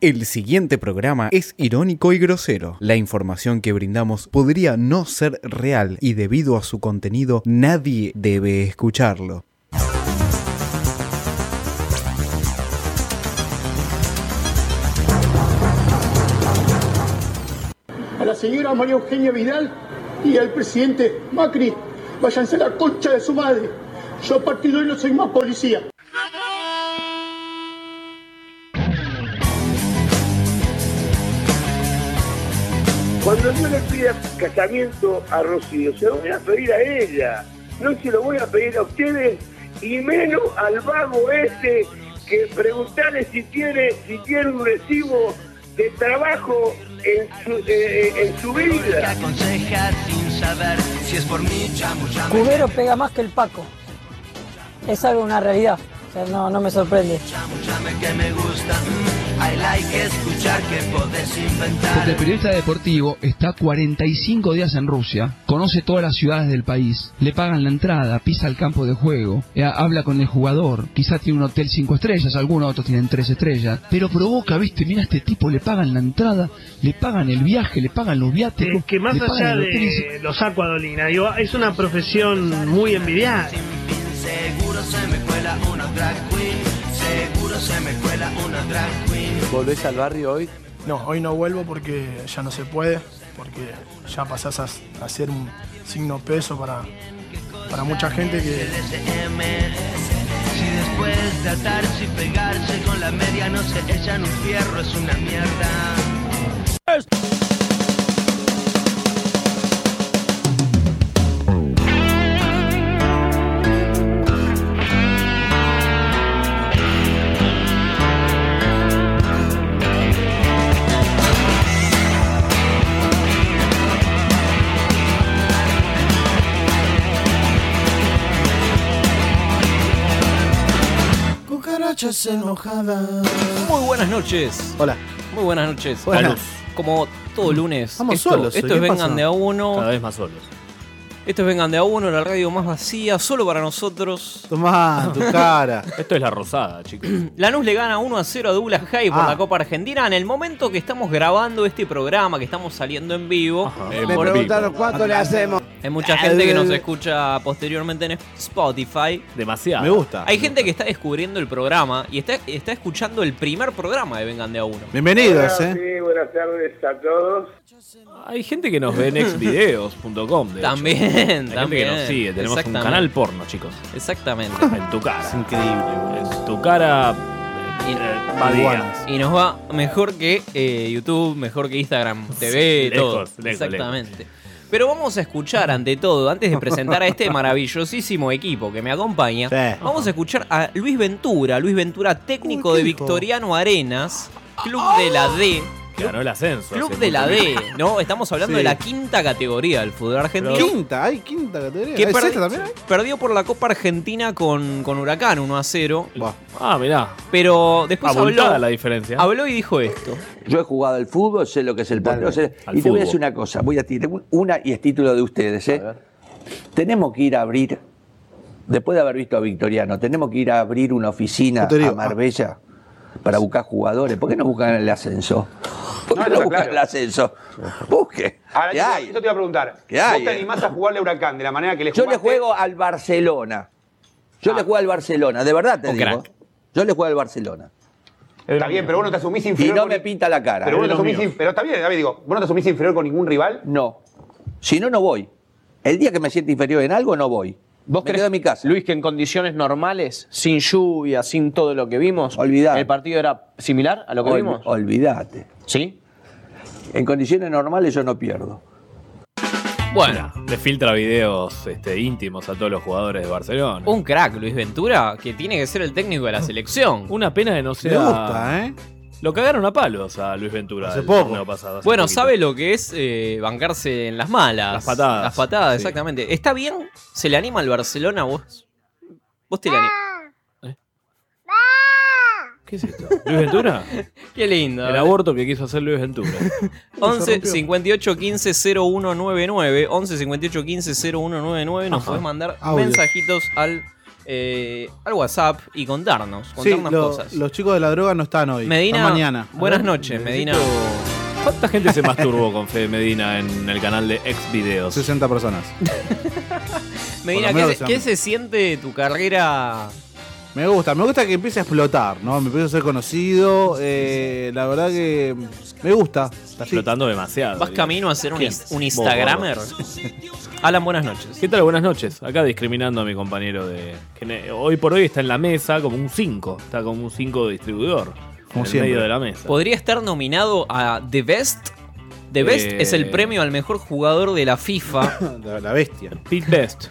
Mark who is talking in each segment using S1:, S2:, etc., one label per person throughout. S1: El siguiente programa es irónico y grosero. La información que brindamos podría no ser real y debido a su contenido nadie debe escucharlo.
S2: A la señora María Eugenia Vidal y al presidente Macri, váyanse a la concha de su madre. Yo a partir de hoy no soy más policía.
S3: Cuando yo le pida casamiento a Rocío, se lo voy a pedir a ella. No se lo voy a pedir a ustedes y menos al vago ese que preguntarle si tiene, si tiene un recibo de trabajo en su, eh, en su
S4: Te
S3: vida.
S4: aconseja sin saber si es por mí, chamullame.
S5: Cubero pega más que el Paco. Es algo una realidad. O sea, no, no me sorprende.
S4: Chamullame que me gusta. mm, I like escuchar que podés
S6: Porque el
S4: inventar.
S6: periodista deportivo está 45 días en Rusia, conoce todas las ciudades del país, le pagan la entrada, pisa el campo de juego, eh, habla con el jugador, quizás tiene un hotel 5 estrellas, algunos otros tienen 3 estrellas, pero provoca, viste, mira este tipo, le pagan la entrada, le pagan el viaje, le pagan los viáticos,
S7: Es que más
S6: le pagan
S7: allá
S6: el hotel y se-
S7: de los acuadolina, digo, es una profesión muy envidiada.
S4: Sin fin, seguro se me cuela una drag queen. Seguro se me cuela una drag queen.
S8: ¿Volvés al barrio hoy?
S2: No, hoy no vuelvo porque ya no se puede, porque ya pasás a, a ser un signo peso para, para mucha gente que
S4: SM. Si después de atarse y pegarse con la media no se echan un fierro, es una mierda.
S2: Cucarachas enojadas.
S9: Muy buenas noches.
S8: Hola.
S9: Muy buenas noches.
S8: Buenas.
S9: Como todo lunes.
S8: Vamos
S9: esto,
S8: solos,
S9: Esto
S8: ¿qué
S9: es Vengan
S8: pasa?
S9: de a uno.
S8: Cada vez más solos.
S9: Esto es Vengan de a uno, la radio más vacía, solo para nosotros.
S8: Tomá, tu cara.
S10: Esto es la rosada, chicos.
S9: Lanús le gana 1 a 0 a Douglas High por
S8: Ah.
S9: la Copa Argentina. En el momento que estamos grabando este programa, que estamos saliendo en vivo,
S10: Eh,
S8: Me
S10: por
S8: preguntaron
S10: vivo.
S8: cuánto le hacemos.
S9: hay mucha gente que
S10: Eh.
S9: nos escucha posteriormente en Spotify.
S10: Demasiado.
S8: Me gusta.
S9: Hay gente que está descubriendo el programa y está, está escuchando el primer programa de Vengan de a uno.
S8: Bienvenidos, eh.
S3: Sí, buenas tardes a todos.
S10: Hay gente que nos ve en exvideos.com. de hecho.
S9: También,
S10: Hay gente
S9: también.
S10: que nos sigue. Tenemos un
S9: Exactamente.
S10: canal porno, chicos.
S9: Exactamente.
S10: eh. En tu cara.
S8: Es increíble.
S10: En tu cara.
S9: Y-
S10: eh, Badía.
S8: Iguanas.
S9: Y nos va mejor que eh, YouTube, mejor que Instagram TV,
S10: Sí,
S9: todo.
S10: lejos, lejos,
S9: Exactamente. Pero vamos a escuchar ante todo, antes de presentar a este maravillosísimo equipo que me acompaña,
S8: Sí.
S9: vamos a escuchar a Luis Ventura, Luis Ventura técnico
S8: Uy,
S9: de
S8: qué hijo.
S9: Victoriano Arenas, club de la D,
S10: Ganó el ascenso.
S9: club
S10: hace
S9: de la
S10: mucho
S9: D, ¿no? Estamos hablando
S8: Sí.
S9: de la quinta categoría del fútbol argentino.
S8: Quinta, hay quinta categoría.
S9: Que
S8: ¿Hay
S9: perdi-
S8: sexta también?
S9: perdió por la Copa Argentina con, con Huracán 1 a 0.
S8: Buah.
S10: tiempo. Ah, mirá.
S9: Pero después
S10: Abultada
S9: habló,
S10: la diferencia.
S9: habló y dijo esto.
S11: Yo he jugado al fútbol, sé lo que es el portero. sé-
S10: Al
S11: Y te voy
S10: fútbol.
S11: a decir una cosa, voy a ti, tengo una y es título de ustedes. ¿eh? Tenemos que ir a abrir, después de haber visto a Victoriano, tenemos que ir a abrir una oficina
S8: Yo te digo, ah.
S11: a Marbella para buscar jugadores. ¿Por qué no buscan el ascenso? ¿Por qué no, buscan el ascenso? Busque. ¿Qué hay?
S2: iba a preguntar.
S11: ¿Qué ¿Vos hay, te eh? animás
S2: a jugarle a Huracán de la manera que le Ah.
S11: Yo le juego al Barcelona. Yo le juego al Barcelona, de verdad te
S9: Un
S11: digo.
S9: crack.
S11: Yo le juego al Barcelona.
S2: Está bien, pero vos no te asumís
S11: Y
S2: inferior.
S11: no
S2: con
S11: me
S2: ni-
S11: pinta la cara. eh,
S2: Pero, vos no te
S10: Los
S2: asumís
S10: míos.
S2: in- pero está bien, David, digo, vos no te asumís inferior con ningún rival.
S11: No. Si no, no voy. El día que me siento inferior en algo, no voy. ¿Vos me quedo en mi casa.
S8: que en condiciones normales, sin lluvia, sin todo lo que vimos,
S11: Olvidate. ¿el
S8: partido era similar a lo
S11: Ol- olvidate.
S8: ¿Sí?
S11: En condiciones normales yo no pierdo.
S9: Bueno,
S10: Le filtra videos este, íntimos a todos los jugadores de Barcelona.
S9: un crack Luis Ventura que tiene que ser el técnico de la selección.
S10: Una pena de no
S8: Me
S10: ser.
S8: gusta, ¿eh?
S10: Lo cagaron a palos a Luis Ventura.
S8: Hace
S10: el
S8: poco.
S10: torneo pasado, hace
S9: Bueno,
S10: poquito.
S9: sabe lo que es eh, bancarse en las malas.
S10: Las patadas.
S9: Las patadas,
S10: Sí.
S9: exactamente. ¿Está bien? ¿Se le anima al Barcelona vos? ¿Vos te le animas?
S10: ¿Qué es esto? ¿Luis Ventura?
S9: Qué lindo.
S10: El aborto que quiso hacer Luis Ventura.
S9: 11 58 15 0199. 11 58 15 0199. Nos podés mandar
S8: Audios.
S9: mensajitos al eh, al WhatsApp y contarnos, contarnos
S8: lo-
S9: cosas.
S8: los chicos de la droga no están hoy.
S9: Medina,
S8: están mañana.
S9: buenas noches, Medina.
S10: ¿Cuánta gente se masturbó con Fede Medina en el canal de Ex Videos?
S8: 60 personas. Por lo
S9: Medina, ¿qué,
S8: menos
S9: se,
S8: que
S9: qué se siente tu carrera?
S8: Me gusta, me gusta que empiece a explotar, ¿no? Me empiece a ser conocido. eh, La verdad que me gusta.
S10: Explotando demasiado.
S9: ¿Vas camino a ser un,
S10: ¿Quién?
S9: is- un Instagramer?
S10: Vos,
S9: Alan, buenas noches.
S10: ¿Qué tal? Buenas noches. Acá discriminando a mi compañero de. que ne- hoy por hoy está en la mesa como un 5. Está como un 5 distribuidor. en el medio de la mesa.
S9: ¿Podría estar nominado a The Best? The Best
S10: Eh.
S9: es el premio al mejor jugador de la FIFA.
S8: la, bestia.
S10: Pete Best.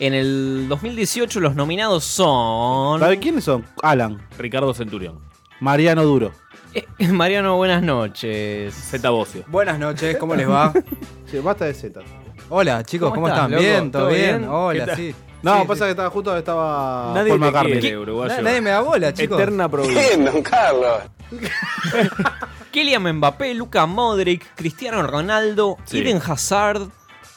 S9: En el 2018 los nominados son...
S8: ¿Sabe quiénes son? Alan.
S10: Ricardo Centurión.
S8: Mariano Duro.
S9: Eh, Mariano, buenas noches. Z
S10: Bocio.
S1: Buenas noches, ¿cómo les va?
S8: Sí, basta de Z.
S1: Hola, chicos, ¿cómo,
S8: estás,
S1: están?
S8: loco?
S1: Bien, todo
S8: ¿Todo
S1: bien.
S8: bien? ¿Qué
S1: Hola,
S8: tal?
S1: sí.
S8: No,
S1: Sí,
S8: pasa que estaba justo estaba
S1: Nadie
S8: Paul
S1: te
S8: McCartney.
S1: quiere, uruguayo. Nadie me da bola, chicos.
S10: Eterna
S1: provincia.
S10: Bien, don
S9: Carlos? Kylian Mbappé, Luca Modric, Cristiano Ronaldo,
S10: Sí.
S9: Eden Hazard,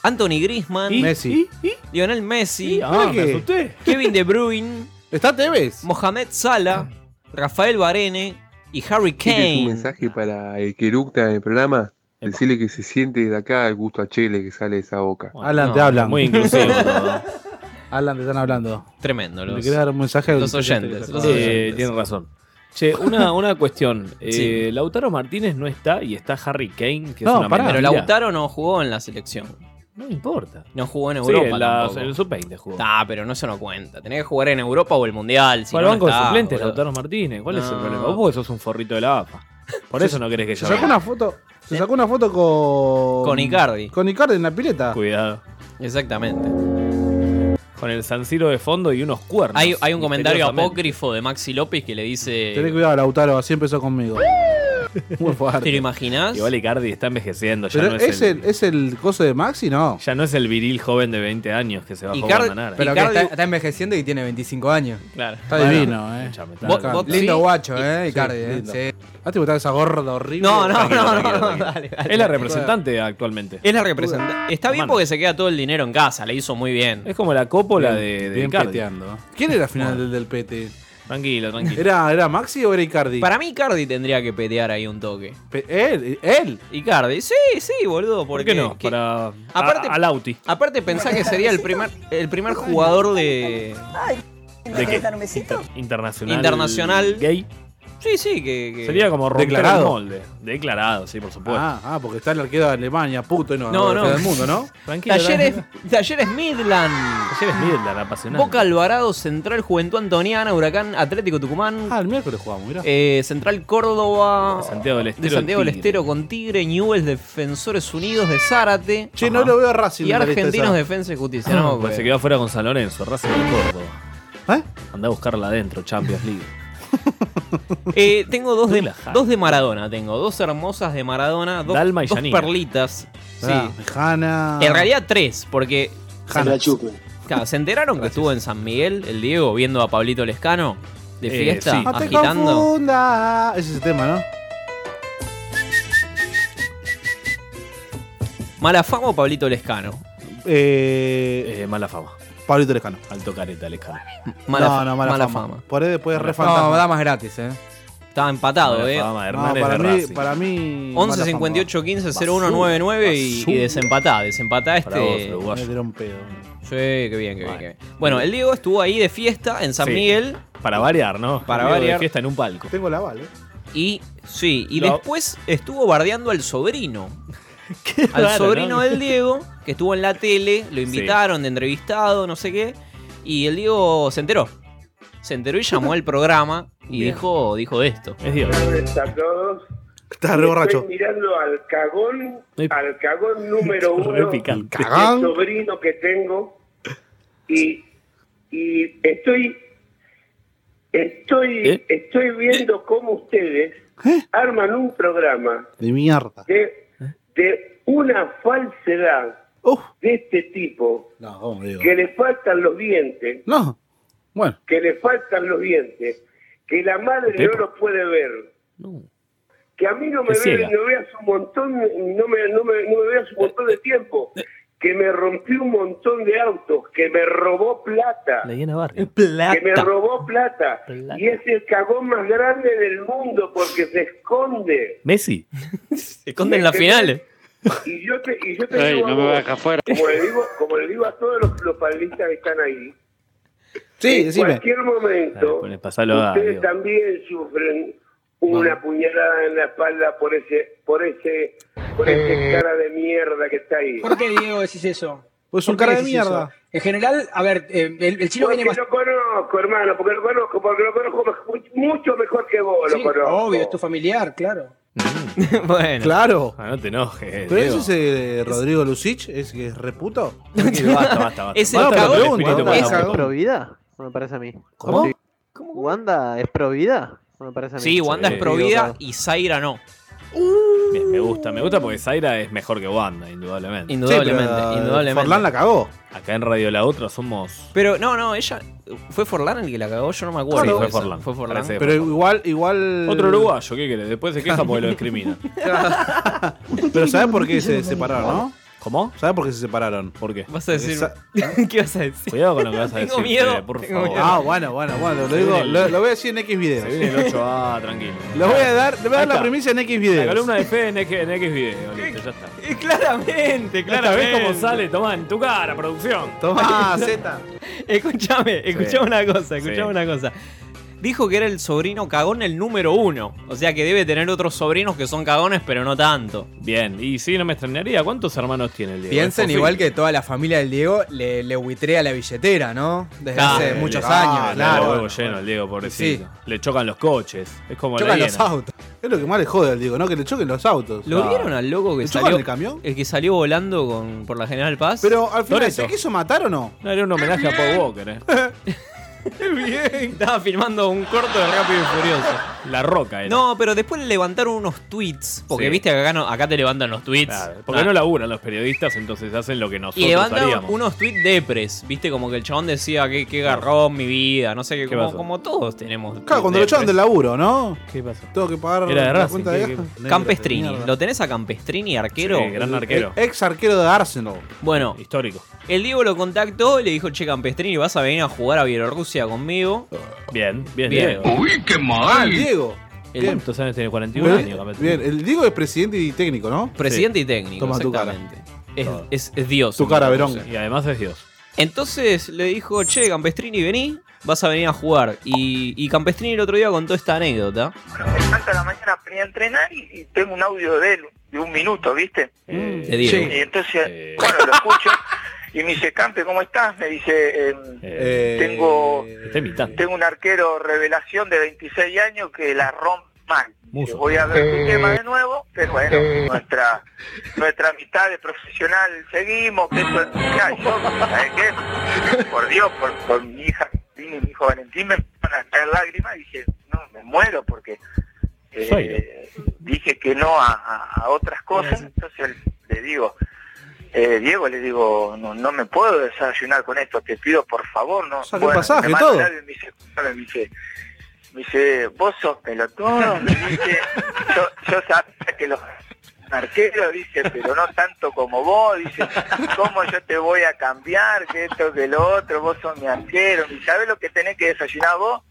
S9: Anthony Griezmann,
S10: ¿Y? Messi.
S9: Lionel Messi,
S10: ¿Y? Ah, me asusté.
S9: Kevin De Bruyne,
S8: ¿Está Tevez?
S9: Mohamed Salah, Rafael Barene y Harry
S12: ¿Tienes Este un
S9: Kane.
S12: mensaje para el que eructa en el programa? Decirle que se siente de acá el gusto a Chele que sale de esa boca.
S8: Alan, te hablan.
S10: todo.
S8: Alan, te están hablando.
S9: Tremendo,
S8: ¿Le
S9: los,
S8: querés dar un mensaje?
S9: los oyentes. los
S10: Eh,
S9: oyentes.
S10: tienen razón. Che, una, una cuestión. Eh,
S9: Sí.
S10: Lautaro Martínez no está y está Harry Kane, que es una
S9: pero
S10: mentira.
S9: Lautaro no jugó en la selección.
S10: No importa.
S9: No jugó en
S10: Sí,
S9: Europa.
S10: en la-
S9: tampoco.
S10: en el sub-20 jugó.
S9: Ah, pero no, eso no cuenta. Tenés que jugar en Europa o el Mundial. Si
S10: Fue al
S9: no, no
S10: banco de
S9: está,
S10: suplentes,
S9: boludo.
S10: Lautaro Martínez. ¿Cuál es el
S9: No.
S10: problema? Vos porque sos un forrito de la APA. Por eso no querés que
S8: Se
S10: yo.
S8: sacó una foto. Se sacó una foto con.
S10: Con Icardi.
S8: Con Icardi en la pileta.
S10: Cuidado.
S9: Exactamente.
S10: Con el sanciro de fondo y unos cuernos.
S9: Hay, hay un comentario
S10: misteriosamente.
S9: apócrifo de Maxi López que le
S8: Tené
S9: dice.
S8: cuidado, Lautaro, así empezó conmigo. Muy
S9: ¿Te lo
S8: fuerte.
S9: imaginas?
S10: Igual Icardi está envejeciendo. Ya
S8: Pero
S10: no
S8: es,
S10: es, el,
S8: el, ¿es el coso de Maxi? No.
S10: ya no es el viril joven de 20 años que se va a
S1: Icardi-
S10: jugar
S1: pero que está, está envejeciendo y tiene 25 años.
S9: Claro.
S1: Está
S8: Bueno,
S1: divino, eh.
S10: escuchame,
S8: está
S1: Vos-
S8: acá.
S1: vos- lindo
S8: sí.
S1: guacho, eh,
S8: Sí,
S1: Icardi, eh.
S8: lindo.
S1: Sí.
S8: Ah, te gustaba esa gorda horrible.
S9: No, no,
S8: Tranquilo,
S9: no,
S8: tranquilo,
S9: no,
S8: tranquilo.
S9: dale, dale.
S10: Es la representante actualmente.
S9: Es la representante. Está bien
S10: Mano.
S9: porque se queda todo el dinero en casa, le hizo muy bien.
S10: Es como la cópola
S8: Bien,
S10: de, de
S8: bien
S10: Icardi.
S8: peteando. ¿Quién era al final del, del PT?
S10: Tranquilo, tranquilo.
S8: ¿Era, ¿Era Maxi o era Icardi?
S9: Para mí, Icardi tendría que petear ahí un toque.
S8: Pe- él, él.
S9: Icardi, sí, sí, boludo. Porque,
S10: qué no? Para.
S9: Aparte,
S10: a- a Lauti.
S9: Aparte, pensá que sería el primer, el primer jugador de.
S10: ¿De qué? Internacional.
S9: Internacional.
S10: Gay.
S9: Sí, sí, que. que-
S10: Sería como romper
S8: Declarado.
S10: el molde. Declarado, sí, por supuesto.
S8: Ah, ah, porque está el arquero de Alemania, puto, y no,
S9: No, no.
S8: del mundo, ¿no?
S10: Tranquilo.
S9: Talleres, Talleres Midland.
S10: Talleres Midland, apasionante.
S9: Boca Alvarado, Central Juventud Antoniana, Huracán Atlético Tucumán.
S8: Ah, el miércoles jugamos, mirá.
S9: Eh, Central Córdoba.
S10: Santiago del Estero.
S9: De Santiago del
S10: Tigre.
S9: Estero con Tigre, Newell's Defensores Unidos de Zárate.
S8: Che, no lo veo a Racing
S9: Y
S8: en la lista
S9: Argentinos
S8: esa.
S9: Defensa y Justicia.
S10: Ah,
S9: No,
S10: pues se
S9: güey.
S10: quedó afuera con San Lorenzo, Racing de Córdoba.
S8: ¿Eh?
S10: Andá a buscarla adentro, Champions League.
S9: Eh, tengo dos de,
S10: Relajado.
S9: dos de Maradona, tengo dos hermosas de Maradona, dos,
S10: Dalma y
S9: dos
S10: Yanina.
S9: perlitas. Sí.
S8: Ah, Hanna.
S9: En realidad tres, porque...
S8: Hanna.
S9: Claro, ¿Se enteraron que estuvo en San Miguel el Diego viendo a Pablito Lescano de
S10: Eh,
S9: fiesta,
S10: sí.
S8: No Ah, te
S9: agitando?
S8: confunda. Ese es el tema, ¿no?
S9: ¿Mala fama o Pablito Lescano?
S8: Eh,
S10: Eh, mala fama.
S8: Pablito Lescano.
S10: Alto careta, Lescano.
S9: Mala
S8: no,
S9: fa-
S8: no, mala,
S9: mala
S8: fama.
S9: fama.
S8: Por ahí después
S9: Mala
S8: re
S9: fama.
S8: fantasma.
S9: No,
S1: Nada más gratis, eh.
S9: Estaba empatado,
S10: Mala
S9: ¿eh?
S10: fama,
S8: No,
S10: Hernández
S8: para,
S10: de
S8: mí,
S10: Racing.
S8: para mí.
S9: 11
S8: mala
S9: 58 15
S8: Basura,
S9: 0199 y, y
S8: basura.
S9: desempatá, desempatá
S10: Para vos,
S9: este.
S8: fama. Me
S10: uruguayo.
S8: dieron pedo.
S9: Sí, qué bien, qué bien, qué bien. Bueno, el Diego estuvo ahí de fiesta en San
S10: Sí.
S9: Miguel
S10: Para variar, ¿no?
S9: Para
S10: Amigo de
S9: variar.
S10: fiesta en un palco.
S8: Tengo la bala, ¿eh?
S9: y sí, y
S10: Lo-
S9: después estuvo bardeando al sobrino. al
S10: raro,
S9: sobrino
S10: ¿no?
S9: del Diego, que estuvo en la tele, lo invitaron de entrevistado, no sé qué, y el Diego se enteró. Se enteró y llamó al programa y
S10: Bien.
S9: dijo dijo esto.
S10: Es Dios.
S3: tardes a todos.
S8: Estás re borracho.
S3: Estoy mirando al cagón,
S10: Ay.
S3: al cagón número
S10: Re
S3: uno,
S10: picante.
S3: el sobrino que tengo, y, y estoy, estoy,
S10: ¿Eh?
S3: estoy viendo cómo ustedes arman un programa
S8: De mierda.
S3: de,
S10: ¿Eh?
S3: de una falsedad
S8: Uf.
S10: Oh.
S3: de este tipo,
S8: No, ¿cómo digo?
S3: que le faltan los dientes,
S8: No. Bueno.
S3: que le faltan los dientes, que la madre
S10: Pepa.
S3: no lo puede ver,
S10: No.
S3: que a mí no me,
S10: Que
S3: ve-
S10: ciega.
S3: no veas un montón, no me, no me- no me veas un montón de tiempo, que me rompió un montón de autos, que me robó plata.
S10: La llena barrio.
S3: Que me robó plata. Y es el cagón más grande del mundo porque se esconde.
S10: Messi.
S9: Se esconde en la final.
S3: Y yo te, y yo te
S9: Ey,
S3: digo, a
S9: no me
S3: vos,
S9: deja fuera.
S3: Como le, digo, como le digo a todos los, los panelistas que están ahí,
S8: Sí,
S3: en
S8: decime.
S3: cualquier momento,
S10: Bueno, pasalo a.
S3: ustedes
S10: Diego.
S3: también sufren una puñalada en la espalda por ese, por ese, por ese
S13: Eh.
S3: cara de mierda que está ahí.
S13: ¿Por qué, Diego, decís eso?
S8: Pues
S3: un
S13: ¿Por qué
S3: cara de
S13: decís
S3: mierda.
S13: eso? En general, a ver, eh, el, el chino
S3: porque
S13: viene más...
S3: lo conozco, hermano, porque lo conozco, porque lo conozco mej- mucho mejor que vos,
S13: Sí,
S3: lo conozco.
S13: obvio, es tu familiar, claro.
S9: bueno.
S8: Claro.
S10: Ah, no te enojes.
S8: ¿Pero
S10: Diego.
S8: ese es eh, Rodrigo Lucich? ¿Es que es reputo?
S10: basta, basta, basta.
S9: Es
S8: el cagón.
S14: ¿Wanda
S8: Es
S14: es
S8: cagón.
S14: provida? Me parece a mí.
S8: ¿Cómo?
S14: Sí. ¿Wanda es provida? Me parece a mí.
S9: Sí, Wanda es provida y Zaira no.
S8: Uh.
S10: Bien, me gusta, me gusta porque Zaira es mejor que Wanda, indudablemente.
S9: Indudablemente, Sí, pero, indudablemente. Forlán la
S8: cagó.
S10: Acá en Radio La Otra somos.
S9: Pero no, no, ella. ¿Fue Forlán el que la cagó? Yo no me acuerdo.
S10: Sí, fue
S9: Eso,
S10: Forlán.
S9: Fue Forlán.
S10: Parece que
S8: Pero igual, igual.
S10: Otro uruguayo, ¿qué querés? Después se
S9: Ah,
S10: queja porque lo discriminan.
S8: Pero ¿sabes por qué se separaron, no?
S10: ¿Cómo?
S8: ¿Sabes por qué se separaron?
S10: ¿Por qué?
S9: Vas a decir.
S8: Esa-
S9: ¿Qué vas a decir?
S10: Cuidado con lo que vas a
S9: Tengo
S10: decir.
S9: miedo,
S10: eh, por
S9: tengo
S10: favor.
S9: miedo.
S8: Ah, bueno, bueno, bueno. Lo, digo, lo, lo voy a decir en X videos.
S10: Se viene el 8A, tranquilo.
S8: Lo voy a dar, Ah, le voy a dar
S10: Ahí
S8: la
S10: está.
S8: primicia en X
S10: La
S8: videos.
S10: columna de fe en X, en X video, listo, ya está.
S9: Eh, Claramente,
S10: Claro, ¿ves
S9: claramente.
S10: cómo sale? Tomá, en tu cara, producción.
S8: Tomá, Z.
S9: Escúchame, Ah, escuchame una cosa, escuchame
S10: Sí.
S9: una cosa. Dijo que era el sobrino cagón el número uno. O sea que debe tener otros sobrinos que son cagones, pero no tanto.
S10: Bien, y sí, no me extrañaría. ¿Cuántos hermanos tiene el Diego?
S9: Es
S1: Piensen
S9: posible.
S1: igual que toda la familia del Diego le, le buitrea la billetera, ¿no? Desde
S10: Ah,
S1: hace
S10: el
S1: muchos
S10: Diego.
S1: años,
S10: Ah,
S1: claro.
S10: El huevo lleno, el Diego, pobrecito. Le chocan los coches. Es como
S8: Chocan
S10: la
S8: los
S10: hiena.
S8: autos. Es lo que más le jode al Diego, ¿no? Que le choquen los autos.
S9: ¿Lo
S8: Ah.
S9: vieron al loco que
S8: ¿Le chocan
S9: salió?
S8: el camión?
S9: el que salió volando con, por la General Paz.
S8: Pero al final, ¿se
S9: Loreto.
S8: quiso matar o no?
S10: No, era un homenaje a Paul Walker, eh.
S9: bien. Estaba filmando un corto de Rápido y Furioso.
S10: La roca era.
S9: No, pero después le levantaron unos tweets. Porque
S10: Sí.
S9: viste que acá, no- acá te levantan los tweets.
S10: Claro, porque
S9: Ah.
S10: no laburan los periodistas, entonces hacen lo que
S9: y
S10: nosotros
S9: levantaron
S10: haríamos.
S9: unos tweets depres. Viste como que el chabón decía que, que garrón mi vida. No sé qué,
S10: ¿Qué
S9: como,
S10: pasó?
S9: como todos tenemos.
S8: Claro, cuando lo echaron del laburo, ¿no?
S10: ¿Qué pasó?
S8: Tengo que pagar
S10: Era de
S8: la
S10: Racing,
S8: cuenta
S10: ¿qué-
S8: de
S10: qué-
S8: gastos.
S10: negro,
S9: Campestrini,
S8: mierda.
S9: ¿lo tenés a Campestrini, arquero?
S10: Sí, gran arquero.
S8: Eh, Ex arquero de Arsenal.
S9: Bueno,
S10: histórico.
S9: El Diego lo contactó y le dijo, che, Campestrini, vas a venir a jugar a Bielorrusia conmigo.
S10: Bien,
S9: Bien.
S10: bien, Diego.
S9: Uy, qué
S8: mal. Ah, el Diego.
S9: El-
S10: ¿Cuántos años tiene? 41
S8: Pero-
S10: años, Campestrini.
S8: bien, el Diego es presidente y técnico, ¿no?
S9: Presidente y técnico,
S8: Toma tu cara.
S9: exactamente. Es, es- es Dios.
S8: Tu cara,
S9: Bielorrusia.
S8: Verón.
S10: Y además es Dios.
S9: Entonces le dijo, che, Campestrini, vení, vas a venir a jugar. Y, y Campestrini el otro día contó esta anécdota.
S15: levanto a la mañana para ir a entrenar y, y tengo un audio de él, de un minuto, ¿viste?
S9: Te digo.
S15: Y entonces, bueno, lo escucho y me dice, Campe, ¿cómo estás? Me dice, em, tengo, tengo un arquero revelación de 26 años que la rompe mal.
S10: Muso.
S15: Voy a ver
S10: Eh.
S15: tu tema de nuevo, pero bueno,
S10: Eh.
S15: nuestra nuestra mitad de profesional seguimos. Que esto- Mirá, yo, ¿sabes qué? Por Dios, por, por mi hija y mi hijo Valentín me van a caer lágrimas y dije, no, me muero porque eh, dije que no a, a- a otras cosas, entonces le digo, eh, Diego, le digo, no, no me puedo desayunar con esto, te pido por favor, no.
S8: Saca el pasaje,
S15: me manda
S8: todo.
S15: el audio y Me dice, me dice, me dice, vos sos pelotudo, me dice, yo, yo sabía que los arqueros, dice, pero no tanto como vos, dice, ¿cómo yo te voy a cambiar? Que esto, que lo otro, vos sos mi arquero, y sabés lo que tenés que desayunar vos,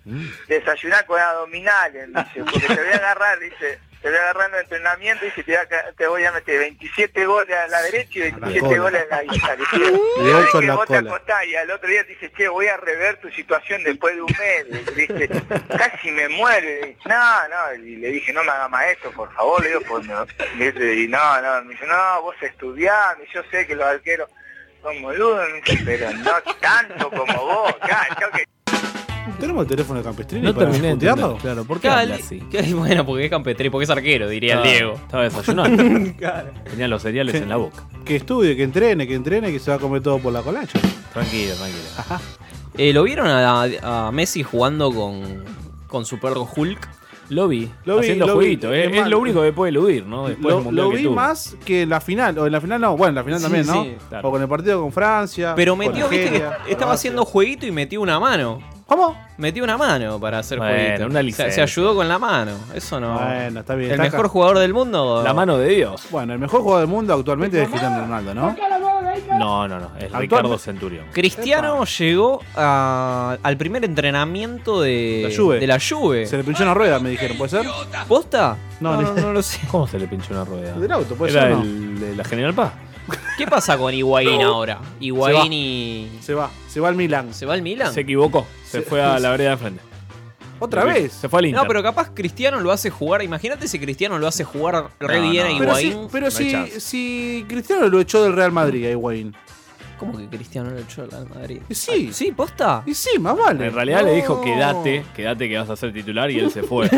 S15: desayunar con abdominales, dice, porque te voy a agarrar, dice, te voy a agarrar en el entrenamiento, dice, te voy a, ca- te voy a meter 27 goles a la derecha y
S8: la
S15: 27
S8: cola.
S15: goles a la izquierda. dice.
S8: De ocho
S15: Sabés
S8: en
S15: que
S8: la
S15: vos te
S8: cola.
S15: acostás y al otro día te dice, che, voy a rever tu situación después de un mes, dice, casi me muere, no, no, y le dije, no me hagas más esto, por favor, le digo, pues, no. Me dice, y no, no, me dice, no, vos estudiás, y yo sé que los arqueros son boludos, me dice, pero no tanto como vos, claro, yo que
S8: ¿Tenemos el teléfono de Campestrini
S10: No
S8: para
S10: terminé de entender,
S8: putearlo?
S10: claro, ¿por
S9: Claro, li- que- bueno, porque es Campestrini, porque es arquero, diría el
S10: Estaba-
S9: Diego.
S10: Estaba desayunando. Tenía los cereales en la boca.
S8: Que estudie, que entrene, que entrene, que se va a comer todo por la colacha.
S10: Tranquilo, tranquilo.
S9: Eh, ¿Lo vieron a, a Messi jugando con, con su perro Hulk?
S10: Lo vi.
S8: Lo vi,
S10: haciendo
S8: lo vi.
S10: jueguito. eh. Es,
S8: Qué
S10: es
S8: mal.
S10: lo único que puede eludir, ¿no? Después del
S8: Lo,
S10: mundial
S8: lo
S10: que
S8: vi
S10: tuvo.
S8: más que en la final, o en la final no, bueno, en la final
S10: Sí,
S8: también, ¿no?
S10: sí, claro.
S8: O con el partido con Francia.
S9: Pero
S8: con
S9: metió, viste que
S8: Nigeria.
S9: estaba haciendo jueguito y metió una mano.
S8: ¿Cómo?
S9: Metió una mano para hacer
S10: Bueno,
S9: jueguito.
S10: una
S9: O sea, se
S10: licencia.
S9: ayudó con la mano. Eso no.
S8: Bueno, está bien.
S9: El
S8: está
S9: mejor
S8: acá.
S9: jugador del mundo.
S10: La mano de Dios.
S8: Bueno, el mejor jugador del mundo actualmente es Cristiano Ronaldo, ¿no?
S10: No, no, no. Es
S9: Actualmente-
S10: Ricardo Centurión.
S9: Cristiano llegó a- al primer entrenamiento de
S10: La Juve.
S9: de la Juve.
S10: Se
S8: le pinchó una rueda, me dijeron, ¿puede ser?
S9: ¿Posta?
S8: No,
S9: no,
S8: ni-
S9: no lo sé.
S10: ¿Cómo se le pinchó una rueda?
S8: Del auto, puede
S10: Era
S8: ser, ¿no?
S10: el de la General Paz.
S9: ¿Qué pasa con Higuaín ahora?
S10: Se va.
S9: Higuaín y.
S8: Se va, se va al Milan.
S9: ¿Se va al Milan?
S10: Se equivocó. Se,
S9: Se-
S10: fue a la vereda de frente.
S8: ¿Otra vez?
S10: Se fue al Inter.
S9: No, pero capaz Cristiano lo hace jugar. Imagínate si Cristiano lo hace jugar re
S10: No,
S9: bien
S10: no.
S9: a
S8: Pero,
S9: Higuaín.
S8: si, pero si- si Cristiano lo echó del Real Madrid a Higuaín.
S9: ¿Cómo que Cristiano lo echó del Real Madrid?
S8: Sí.
S9: ¿Sí, posta?
S8: Y sí, más vale.
S10: En realidad le dijo,
S8: No.
S10: quédate, quédate que vas a ser titular y él se fue.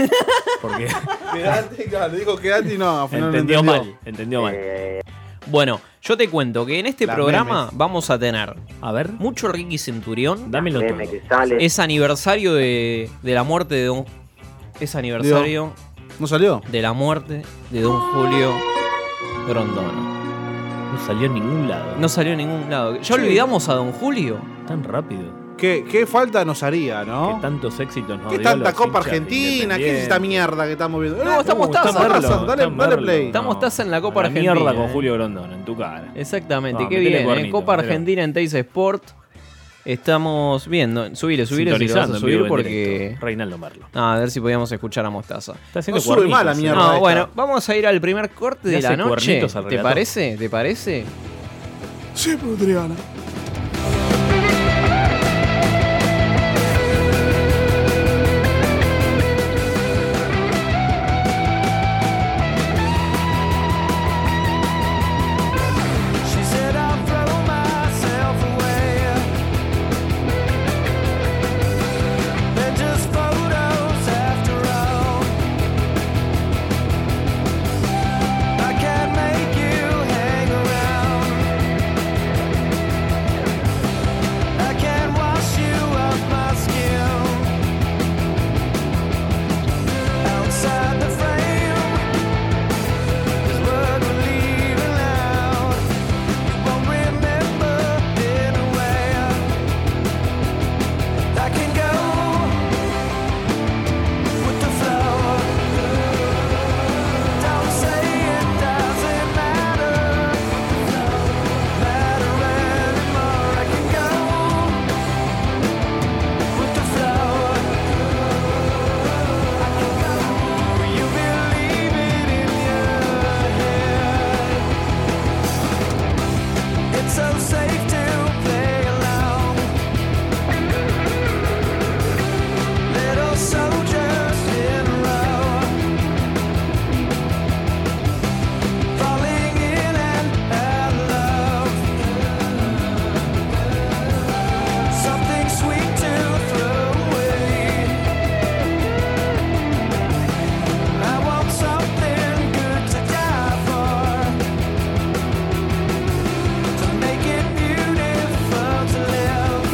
S10: Porque
S8: Quedate, claro, le dijo quedate y no, al final no
S10: entendió
S8: entendió.
S10: mal, entendió mal.
S15: Eh,
S9: Bueno, yo te cuento que en este
S10: Las
S9: programa
S10: memes.
S9: vamos a tener
S10: a ver
S9: mucho Ricky Centurión.
S10: Dámelo todo.
S15: memes que salen.
S9: Es aniversario de, de la muerte de Don. Es aniversario.
S8: ¿No salió?
S9: De la muerte de Don Julio Grondona.
S10: No salió en ningún lado.
S9: No salió en ningún lado. ¿Ya
S8: Sí.
S9: olvidamos a Don Julio?
S10: Tan rápido.
S8: ¿Qué, qué falta nos haría, no?
S10: Que tantos éxitos nos
S8: ¿Qué
S10: dio
S8: tanta
S10: los
S8: Copa
S10: hinchas de
S8: Argentina? ¿Qué es esta
S10: Independiente?
S8: mierda que estamos viendo?
S9: No, estamos taza,
S8: taza,
S9: estamos
S8: taza,
S9: Merlo,
S8: dale,
S9: estamos
S8: dale
S9: Merlo.
S8: play.
S9: Estamos taza en la Copa
S10: A la
S9: Argentina.
S10: mierda con
S9: eh.
S10: Julio Grondona en tu cara.
S9: Exactamente,
S10: No,
S9: qué
S10: metele
S9: bien.
S10: cuernito,
S9: eh. Copa
S10: metele.
S9: Argentina en Teis Sport. Estamos viendo. Subile, subile si lo vas a
S10: Sintonizando en
S9: subir
S10: vivo en
S9: porque.
S10: directo. Reinaldo Merlo.
S9: Ah, a ver si podíamos escuchar a Mostaza.
S10: Está haciendo No sube cuernitos, mal la eh. mierda
S9: No,
S10: esta.
S9: bueno, vamos a ir al primer corte
S10: Le
S9: de la
S10: hace
S9: noche.
S10: cuernitos al
S9: ¿Te
S10: relator.
S9: parece? ¿Te parece?
S8: Sí, pero Triana.
S16: She said I'll throw myself away. They're just photos after all. I can't make you hang around. I can't wash you off my skin. Outside the frame is what we're leaving out. Won't remember in a way I can go with the flow. Don't say it doesn't matter, matter anymore. I can go with the flow. I can go. Will you believe it in your head? It's so safe to play along. Little soldiers in a row, falling in and out of love. Something sweet to throw away. I want something good to die for. To make it beautiful to live.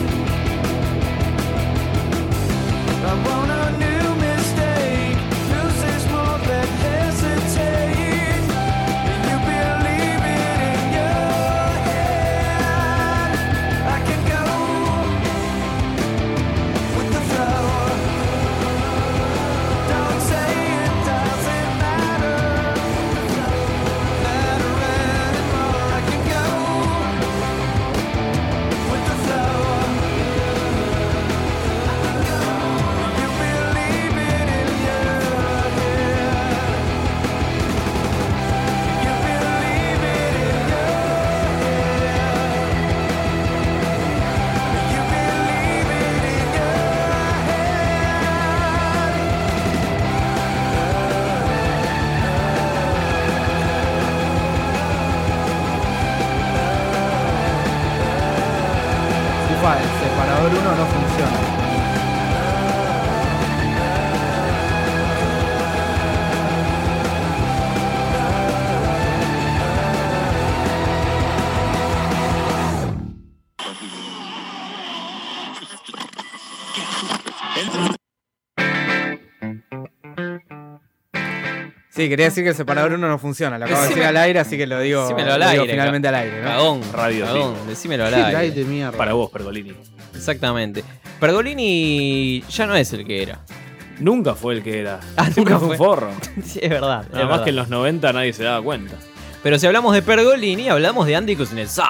S16: I want a new mistake. Loses more than hesitate. Will you believe it in your head? I can go with the flow. Don't say it doesn't matter. Matter anymore. I can go with the flow. You believe it in your head. You believe it in your head. You believe it in your head.
S1: Ufa, el separador 1 no funciona. Sí, quería decir que el separador 1 no funciona. Lo acabo de
S9: Decime-
S1: decir al aire, así que lo digo,
S9: Decímelo al
S1: lo digo
S9: aire,
S1: finalmente
S9: ca-
S1: al aire. ¿no?
S9: Cagón, radio. Cagón,
S10: lindo.
S9: decímelo al
S10: Qué
S9: aire.
S10: aire
S1: mierda.
S10: Para vos, Pergolini.
S9: Exactamente. Pergolini ya no es el que era.
S10: Nunca fue el que era.
S9: Ah,
S10: Siempre
S9: nunca
S10: fue un
S9: fue.
S10: forro.
S9: Sí, es verdad. es
S10: Nada más
S9: verdad.
S10: que en los 90 nadie se daba cuenta.
S9: Pero si hablamos de Pergolini, hablamos de Andy Kuznetsov.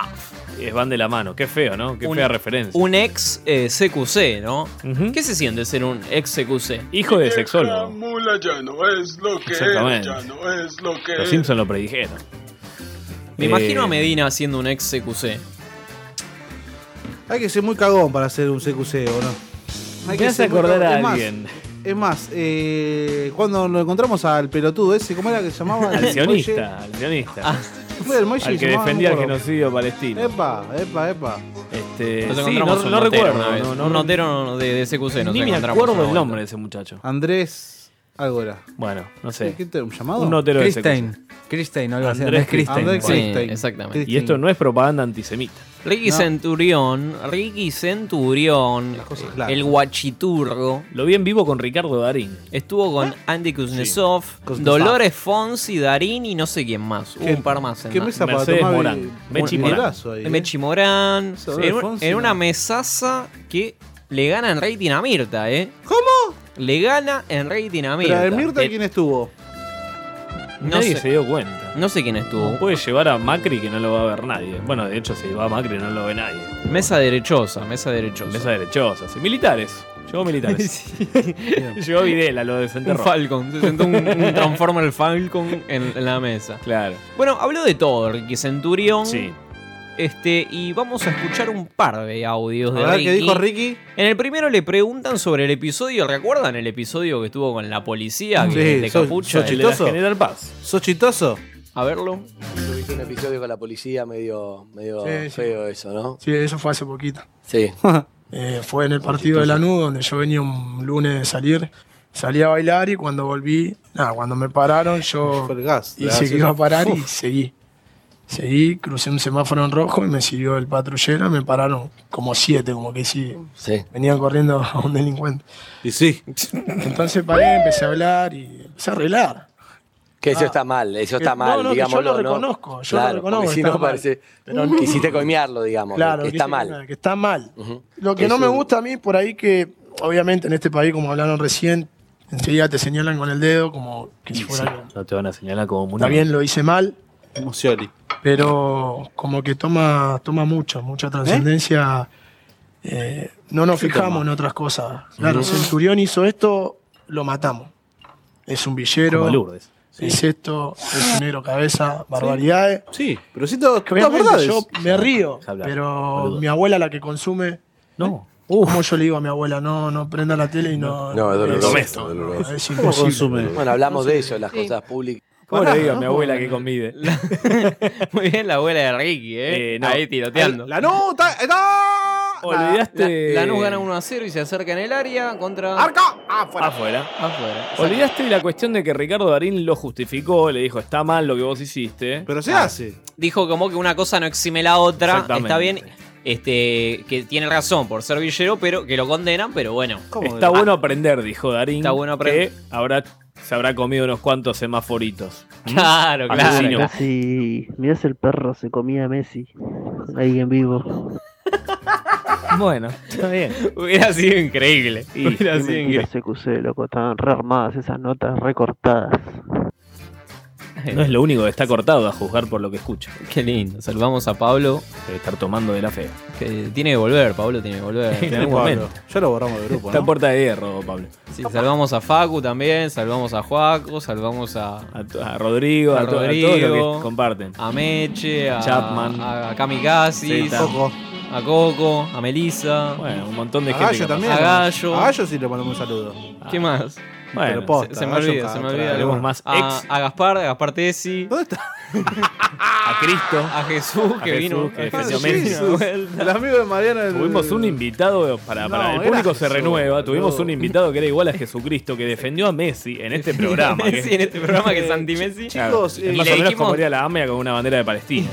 S10: Es van de la mano, qué feo, ¿no? Qué
S9: Un-
S10: fea referencia.
S9: Un ex eh, CQC, ¿no? ¿Qué se siente ser un ex CQC?
S10: Hijo de sexólogo.
S2: Mula ya no es lo que era,
S10: Exactamente.
S2: ya no es lo que
S10: Los
S2: es.
S10: Simpsons lo predijeron.
S9: Me
S10: Eh,
S9: imagino a Medina siendo un ex CQC.
S8: Hay que ser muy cagón para hacer un CQC, ¿o no?
S10: Me
S8: que
S10: hace
S8: ser muy
S10: acordar a
S8: cagón. Es más,
S10: alguien.
S8: es más, eh, cuando lo encontramos al pelotudo ese, ¿cómo era que se llamaba?
S10: Al
S8: El
S10: sionista, al
S9: Ah.
S10: sionista.
S8: Molle. Fue el Molle
S10: Al
S8: y
S10: que
S8: se llamaba,
S10: defendía
S8: no
S10: el
S8: me acuerdo.
S10: genocidio palestino.
S8: Epa, epa, epa.
S10: Este,
S9: Nos
S10: sí,
S9: encontramos
S10: no-
S9: un
S10: no
S9: notero
S10: recuerdo,
S9: una vez.
S10: no, no,
S9: un
S10: no.
S9: notero de, de CQC. nos
S10: Ni me
S9: encontramos
S10: acuerdo
S9: una
S10: el
S9: vuelta.
S10: nombre de ese muchacho.
S8: Andrés, algo era.
S10: Bueno, no sé.
S8: ¿Qué te, un llamado?
S10: Un notero de
S8: Christine.
S10: ese
S1: Christine, algo así.
S10: Andrés
S1: Andrés Christine.
S10: Christine.
S1: Andrés
S10: Sí,
S1: Christine.
S9: exactamente.
S10: Y esto no es propaganda antisemita.
S9: Ricky
S10: No.
S9: Centurión, Ricky Centurión, eh, el guachiturro.
S10: Lo vi en vivo con Ricardo Darín. Ah.
S9: Estuvo con Andy Kuznetsov,
S10: Kuznetsov.
S9: Dolores Fonsi, Darín y no sé quién más. Hubo
S10: Qué-
S9: un par más. en
S10: qué
S9: la-
S10: mesa para Mercedes tomar Morán. el- Mechi
S9: Un-
S10: Morán.
S9: Mechi
S10: ahí, eh.
S9: Mechi Morán.
S10: Eso,
S9: En,
S10: Dolores
S9: un-
S10: Fonsi,
S9: en
S10: no.
S9: una mesaza que le gana en rating a Mirta, ¿eh? ¿Cómo? Le gana en rating a Mirta.
S8: Pero el Mirta,
S9: Eh,
S8: ¿quién estuvo?
S9: No
S10: nadie
S9: sé.
S10: se dio cuenta.
S9: No sé quién estuvo.
S10: Puede llevar a Macri que no lo va a ver nadie. Bueno, de hecho, si va a Macri no lo ve nadie.
S9: Mesa derechosa, mesa derechosa.
S10: Mesa derechosa. sí. Militares. Llegó militares. Llegó Videla, lo desenterró.
S9: Un Falcon, se sentó un, un Transformer Falcon en, en la mesa.
S10: Claro.
S9: Bueno, habló de todo Ricky Centurión. Sí. Este, y vamos a escuchar un par de audios de
S8: A ver,
S9: Ricky.
S8: ¿qué dijo Ricky?
S9: En el primero le preguntan sobre el episodio. ¿Recuerdan el episodio que estuvo con la policía? Que
S8: Sí,
S9: el de
S8: ¿sos-
S9: capucha.
S8: sos
S9: el de
S8: chistoso?
S9: la General
S10: Paz.
S8: ¿Sos chistoso?
S9: A verlo.
S17: Tuviste un episodio con la policía medio, medio
S2: Sí, sí.
S17: feo eso, ¿no?
S2: Sí, eso fue hace poquito.
S17: Sí.
S2: Eh, fue en el partido de Lanús, donde yo venía un lunes de salir. Salí a bailar y cuando volví, nada, cuando me pararon, yo hice que iba a parar y seguí. Seguí, crucé un semáforo en rojo y me siguió el patrullero y me pararon como siete, como que sí. Venían corriendo a un delincuente.
S8: Y sí.
S2: Entonces paré, empecé a hablar y empecé a arreglar.
S17: Que eso
S2: Ah.
S17: está mal, eso
S2: Que-
S17: está
S2: no,
S17: mal,
S2: no, que yo
S17: digamos.
S2: lo reconozco, yo lo
S17: Claro,
S2: reconozco
S17: porque
S2: que
S17: Si
S2: está
S17: no,
S2: mal.
S17: parece.
S2: Pero-
S17: Quisiste coimearlo, digamos.
S2: Claro,
S17: que
S2: que
S17: está
S2: sí,
S17: mal.
S2: claro, Que está mal.
S17: Ujú.
S2: Lo que
S17: Es
S2: no me
S17: un-
S2: gusta a mí por ahí que, obviamente, en este país, como hablaron recién, enseguida te señalan con el dedo, como que si fuera algo-
S10: No te van a señalar como un
S2: Está bien, lo hice mal. Pero como que toma, toma mucho,
S17: ¿Eh?
S2: mucha trascendencia. Eh, no nos
S8: ¿Qué
S2: fijamos
S8: toma?
S2: en otras cosas. Claro,
S8: Ujú.
S2: Centurión hizo esto, lo matamos. Es un villero.
S8: Como Lourdes.
S2: Es esto, es un negro cabeza, barbaridades.
S8: Sí, pero sí todo,
S2: Que
S8: todas
S2: obviamente
S8: verdades.
S2: yo me río,
S8: Habla,
S2: pero
S8: boludo.
S2: mi abuela la que consume.
S10: No.
S2: Como yo le digo a mi abuela, no, no prenda la tele y no.
S17: No, es doloroso.
S2: esto,
S17: doloroso.
S2: es imposible.
S17: Bueno, hablamos de eso, las
S2: Sí.
S17: cosas públicas.
S10: ¿Cómo le digo a mi abuela que convide?
S9: Muy bien, la abuela de Ricky, ¿eh?
S10: no.
S9: Ahí tiroteando.
S8: La nota.
S10: Olvidaste.
S9: La, Lanús gana 1 a 0 y se acerca en el área contra.
S8: ¡Arca! ¡Afuera!
S10: Afuera.
S9: Afuera.
S10: Olvidaste la cuestión de que Ricardo Darín lo justificó, le dijo, está mal lo que vos hiciste.
S8: Pero
S9: se hace. Dijo como que una cosa no exime la otra.
S10: Exactamente.
S9: Está bien. Este, que tiene razón por ser villero, pero que lo condenan, pero bueno.
S14: Ah,
S10: Está bueno aprender, dijo Darín.
S9: Está bueno aprender.
S10: Que habrá, se habrá comido unos cuantos semaforitos. ¿Mm?
S9: Claro,
S10: Asesino.
S14: Casi, mirá si el perro se comía a Messi. Ahí en vivo.
S10: Bueno, está bien.
S9: Hubiera sido increíble.
S14: Y
S9: Hubiera
S14: qué
S9: sido
S14: mentira
S9: increíble.
S14: CQC, loco. Estaban re armadas esas notas, recortadas.
S10: No es lo único que está cortado a juzgar por lo que escucha.
S9: Qué lindo. Saludamos a Pablo.
S10: Debe estar tomando de la fe.
S9: Que tiene que volver, Pablo tiene que volver.
S10: En algún momento.
S8: Ya lo borramos del grupo,
S10: Está en
S8: ¿no?
S10: puerta de hierro, Pablo.
S9: Sí, salvamos a Facu también, salvamos a Juaco, salvamos a,
S10: a, Rodrigo, a, to- a todos los que
S9: Rodrigo,
S10: comparten.
S9: a Meche, a
S10: Chapman.
S9: a, a Kamikazis,
S10: Zeta. Coco.
S9: a Coco, a Melissa.
S10: Bueno, un montón de
S8: A Gallo también.
S9: A Gallo.
S8: A Gallo sí le mandamos un saludo.
S9: ¿Qué más?
S8: Bueno,
S9: Bueno,
S8: posta,
S9: se, se me
S8: Gallo
S9: olvida,
S8: está
S9: se me
S8: atrás.
S9: olvida. Ah.
S8: Tenemos más
S9: a,
S8: ex.
S9: a Gaspar, a Gaspar Tesi. ¿Dónde
S8: está?
S10: a Cristo.
S9: A Jesús que vino.
S10: que
S9: acá.
S10: defendió a Messi.
S8: Jesús. El amigo de Mariano. el-
S10: Tuvimos un invitado para, para
S8: No,
S10: el
S8: era
S10: público se
S8: Jesús,
S10: renueva.
S8: boludo.
S10: Tuvimos un invitado que era igual a Jesucristo, que defendió a Messi en este programa. que-
S9: Sí, en este programa que es anti-Messi.
S10: Claro,
S8: Chicos,
S10: es
S8: eh,
S10: más
S8: le
S10: o menos
S8: dijimos-
S10: como haría la AMEA con una bandera de Palestina.